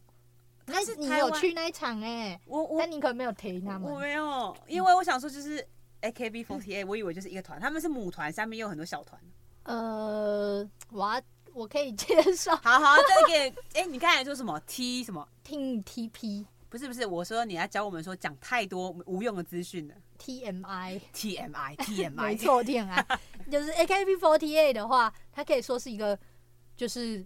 Speaker 2: 她
Speaker 4: 那
Speaker 2: 是
Speaker 4: 你
Speaker 2: 台
Speaker 4: 有
Speaker 2: 湾
Speaker 4: 去那一场哎、
Speaker 2: 我我
Speaker 4: 但你可能没有听他
Speaker 2: 我
Speaker 4: 们。嗯
Speaker 2: 没有，因为我想说就是 AKB48，我以为就是一个团，他们是母团，下面又有很多小 团。
Speaker 4: 呃，我要我可以 介绍
Speaker 2: 好好，再给 哎、你刚才说什么 T 什么？
Speaker 4: 听 TP
Speaker 2: 不是不是，我说你要教我们说讲太多无用的资讯了。
Speaker 4: TMI，
Speaker 2: TMI
Speaker 4: 没
Speaker 2: TMI，
Speaker 4: 错，TMI 就是 AKB48 的话，它可以说是一个就是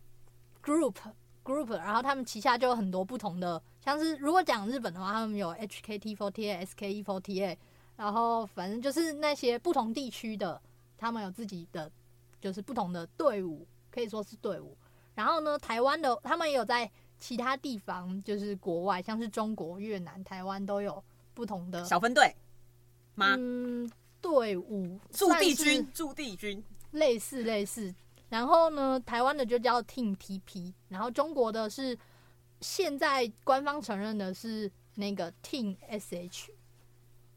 Speaker 4: group group，然后他们旗下就有很多不同的，像是如果讲日本的话，他们有 HKT48、SKE48，然后反正就是那些不同地区的，他们有自己的就是不同的队伍，可以说是队伍。然后呢，台湾的他们也有在其他地方，就是国外，像是中国、越南、台湾都有不同的
Speaker 2: 小分队吗？
Speaker 4: 嗯，队伍
Speaker 2: 驻地
Speaker 4: 算是
Speaker 2: 军，驻地军，
Speaker 4: 类似类似。然后呢，台湾的就叫 Team TP，然后中国的是现在官方承认的是那个 Team SH。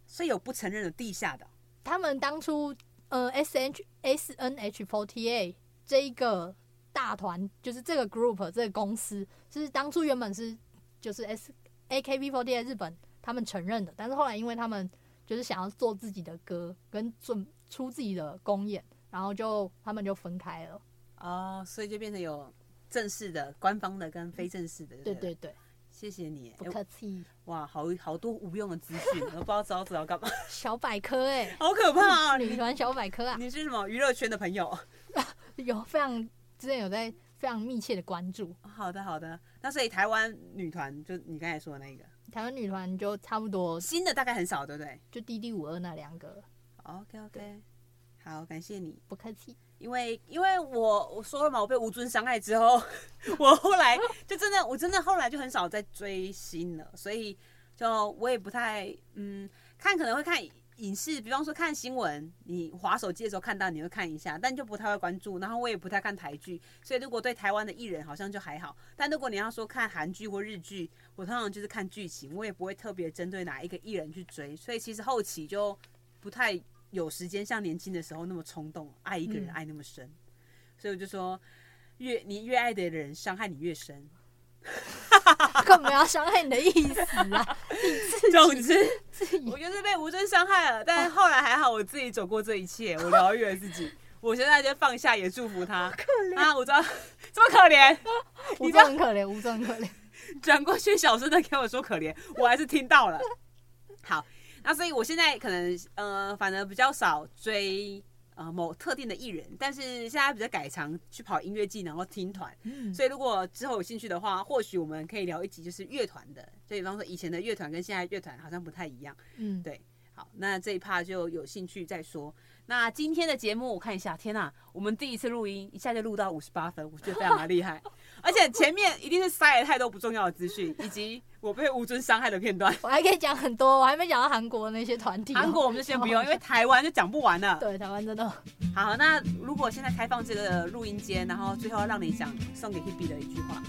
Speaker 2: 所以有不承认的地下的
Speaker 4: 他们当初呃 S H S N H forty eight 这一个大团，就是这个 group 这个公司，是当初原本是就是 S A K B forty eight 日本他们承认的，但是后来因为他们就是想要做自己的歌跟准出自己的公演，然后就他们就分开了。
Speaker 2: 哦，所以就变成有正式的、官方的跟非正式的。
Speaker 4: 对
Speaker 2: 不
Speaker 4: 对，对，
Speaker 2: 谢谢你。
Speaker 4: 不
Speaker 2: 哎
Speaker 4: 客气，
Speaker 2: 哇，好好多无用的资 讯，我都不知道找找要干嘛，
Speaker 4: 小百科哎、
Speaker 2: 好可 怕啊！
Speaker 4: 女
Speaker 2: 你
Speaker 4: 团小百科啊，
Speaker 2: 你是什么娱乐圈的朋友？
Speaker 4: 有非常之前有在非常密切的关注。
Speaker 2: 好的，好的。那所以台湾女团就你刚才说的那个
Speaker 4: 台湾女团就差不多
Speaker 2: 新的大概很少，对不对
Speaker 4: 就 D D 五二那两个，
Speaker 2: ？OK OK，好，感谢你。
Speaker 4: 不客气。
Speaker 2: 因为因为我我说了嘛，我被吴尊伤害之后， 我后来就真的我真的后来就很少再追星了，所以就我也不太嗯看可能会看影视，比方说看新闻，你划手机的时候看到你会看一下，但就不太会关注。然后我也不太看台剧，所以如果对台湾的艺人好像就还好，但如果你要说看韩剧或日剧，我通常就是看剧情，我也不会特别针对哪一个艺人去追，所以其实后期就不太有时间像年轻的时候那么冲动，爱一个人
Speaker 4: 嗯
Speaker 2: 爱那么深，所以我就说。越你越爱的人伤害你越深。
Speaker 4: 根本没有伤害你的意思啊！
Speaker 2: 总之，
Speaker 4: 自己哦
Speaker 2: 我就是被吴尊伤害了，但后来还好，我自己走过这一切，我疗愈了自己。我现在就放下，也祝福他。啊，我知道这么可怜，
Speaker 4: 吴
Speaker 2: 你知道
Speaker 4: 尊很可怜，吴尊很可怜。
Speaker 2: 转过去小声的给我说可怜，我还是听到了。好，那所以我现在可能呃，反而比较少追呃某特定的艺人，但是现在比较改常去跑音乐季，然后听团。
Speaker 4: 嗯，
Speaker 2: 所以如果之后有兴趣的话，或许我们可以聊一集就是乐团的，就比方说以前的乐团跟现在的乐团好像不太一样。
Speaker 4: 嗯，
Speaker 2: 对，好，那这一趴就有兴趣再说。那今天的节目我看一下，天呐，我们第一次录音一下就录到五十八分，我觉得非常的厉害，而且前面一定是塞了太多不重要的资讯，以及我被吴尊伤害的片段。
Speaker 4: 我还可以讲很多，我还没讲到韩国那些团体哦。
Speaker 2: 韩国我们就先不用，因 为台湾就讲不完了。
Speaker 4: 对台湾真的
Speaker 2: 好，那如果现在开放这个录音间，然后最后
Speaker 4: 哦
Speaker 2: 让你讲送给 Hebe 的一句话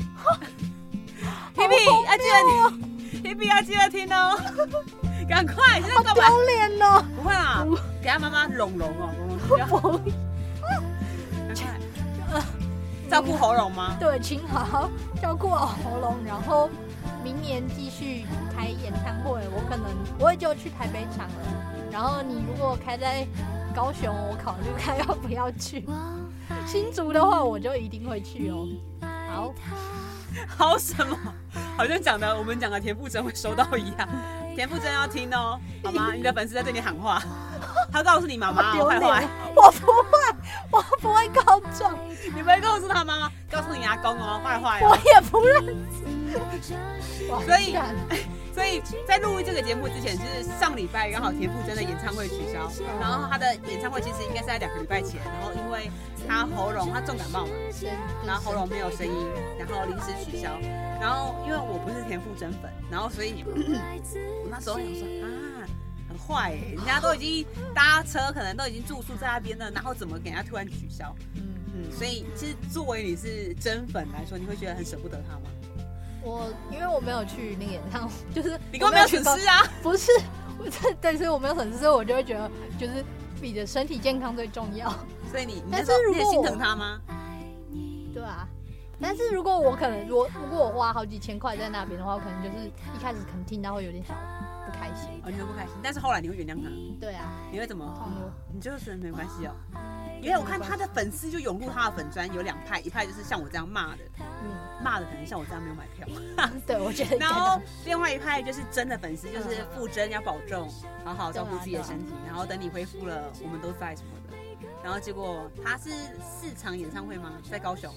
Speaker 2: ，Hebe 啊，记得你
Speaker 1: baby 要记得听哦，
Speaker 2: 赶快，你在干嘛？
Speaker 4: 丢脸哦！
Speaker 2: 不会啦，给他妈妈拢拢哦，拢拢不要，赶快照顾喉咙吗？
Speaker 4: 对，请好好照顾好喉咙，然后明年继续开演唱会，我可能我也就去台北场了。然后你如果开在高雄，我考虑看要不要去。新竹的话，我就一定会去哦。 好，
Speaker 2: 好什么？好像讲的我们讲的田馥甄会收到一样，田馥甄要听哦，好吗？你的粉丝在对你喊话，他告诉你妈妈
Speaker 4: 丢
Speaker 2: 哦，坏坏
Speaker 4: 脸，，我不会， 我不会告状，
Speaker 2: 你没告诉他妈妈，告诉你阿公哦，坏坏
Speaker 4: 我
Speaker 2: 哦。
Speaker 4: 也不认。
Speaker 2: 所以
Speaker 4: 哇
Speaker 2: 所以在录这个节目之前，就是上礼拜刚好田馥甄的演唱会取消，然后他的演唱会其实应该是在两个礼拜前，然后因为他喉咙他重感冒嘛，然后喉咙没有声音，然后临时取消。然后因为我不是田馥甄粉，然后所以我那时候想说啊，很坏耶、人家都已经搭车，可能都已经住宿在那边了，然后怎么给人家突然取消？
Speaker 4: 嗯
Speaker 2: 嗯，所以其实作为你是真粉来说，你会觉得很舍不得他吗？
Speaker 4: 我因为我没有去那个演唱会， 就是
Speaker 2: 你根本没有
Speaker 4: 去
Speaker 2: 损
Speaker 4: 高
Speaker 2: 失啊！
Speaker 4: 不是， 我这对，所以我没有损失，所以我就会觉得就是自己的身体健康最重要。
Speaker 2: 所以你你那
Speaker 4: 但
Speaker 2: 时候
Speaker 4: 是如
Speaker 2: 你也
Speaker 4: 果
Speaker 2: 心
Speaker 4: 我
Speaker 2: 疼他吗？
Speaker 4: 对啊，但是如果我可能，我如果我花好几千块在那边的话，我可能就是一开始可能听到会有点小不开心。
Speaker 2: 哦，你会不开心，但是后来你会原谅他，
Speaker 4: 对啊，
Speaker 2: 你会怎么？
Speaker 4: 嗯
Speaker 2: 你就是没关系哦，因为我看他的粉丝就涌入他的粉砖，有两派，一派就是像我这样骂的，
Speaker 4: 嗯，
Speaker 2: 骂的可能像我这样没有买票，
Speaker 4: 对，我 觉得应该
Speaker 2: 然
Speaker 4: 这
Speaker 2: 后
Speaker 4: 样
Speaker 2: 另外一派就是真的粉丝，
Speaker 4: 嗯
Speaker 2: 就是傅真要保重，好好
Speaker 4: 啊
Speaker 2: 照顾自己的身体，然后等你恢复了，我们都在什么的。然后结果他是四场演唱会吗？在高雄，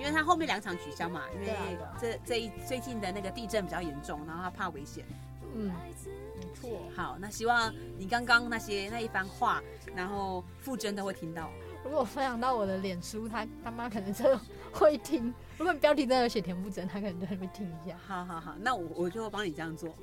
Speaker 2: 因为他后面两场取消嘛，因为
Speaker 4: 对啊对啊
Speaker 2: 这这一最近的那个地震比较严重，然后他怕危险。
Speaker 4: 嗯，没错。
Speaker 2: 好，那希望你刚刚那些那一番话，然后傅真都会听到。
Speaker 4: 如果分享到我的脸书，他他妈可能真的会听。如果你标题真的有写田馥甄，他可能真的会听一下。
Speaker 2: 好好好，那我我就会帮你这样做。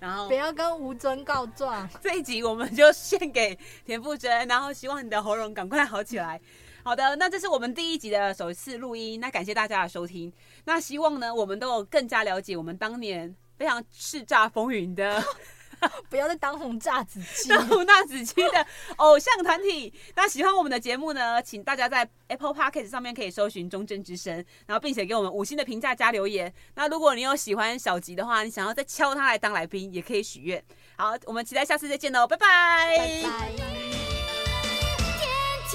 Speaker 2: 然后
Speaker 4: 不要跟吴尊告状。
Speaker 2: 这一集我们就献给田馥甄，然后希望你的喉咙赶快好起来。好的，那这是我们第一集的首次录音，那感谢大家的收听。那希望呢，我们都有更加了解我们当年非常叱咤风云的
Speaker 4: 不要再当红炸子鸡。
Speaker 2: 胡娜子期的偶像团体。那喜欢我们的节目呢，请大家在 Apple Podcast 上面可以搜寻“忠贞之声”，然后并且给我们五星的评价加留言。那如果你有喜欢小吉的话，你想要再敲他来当来宾，也可以许愿。好，我们期待下次再见喽，拜拜
Speaker 4: 拜。
Speaker 5: 天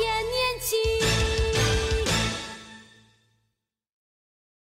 Speaker 5: 天年轻。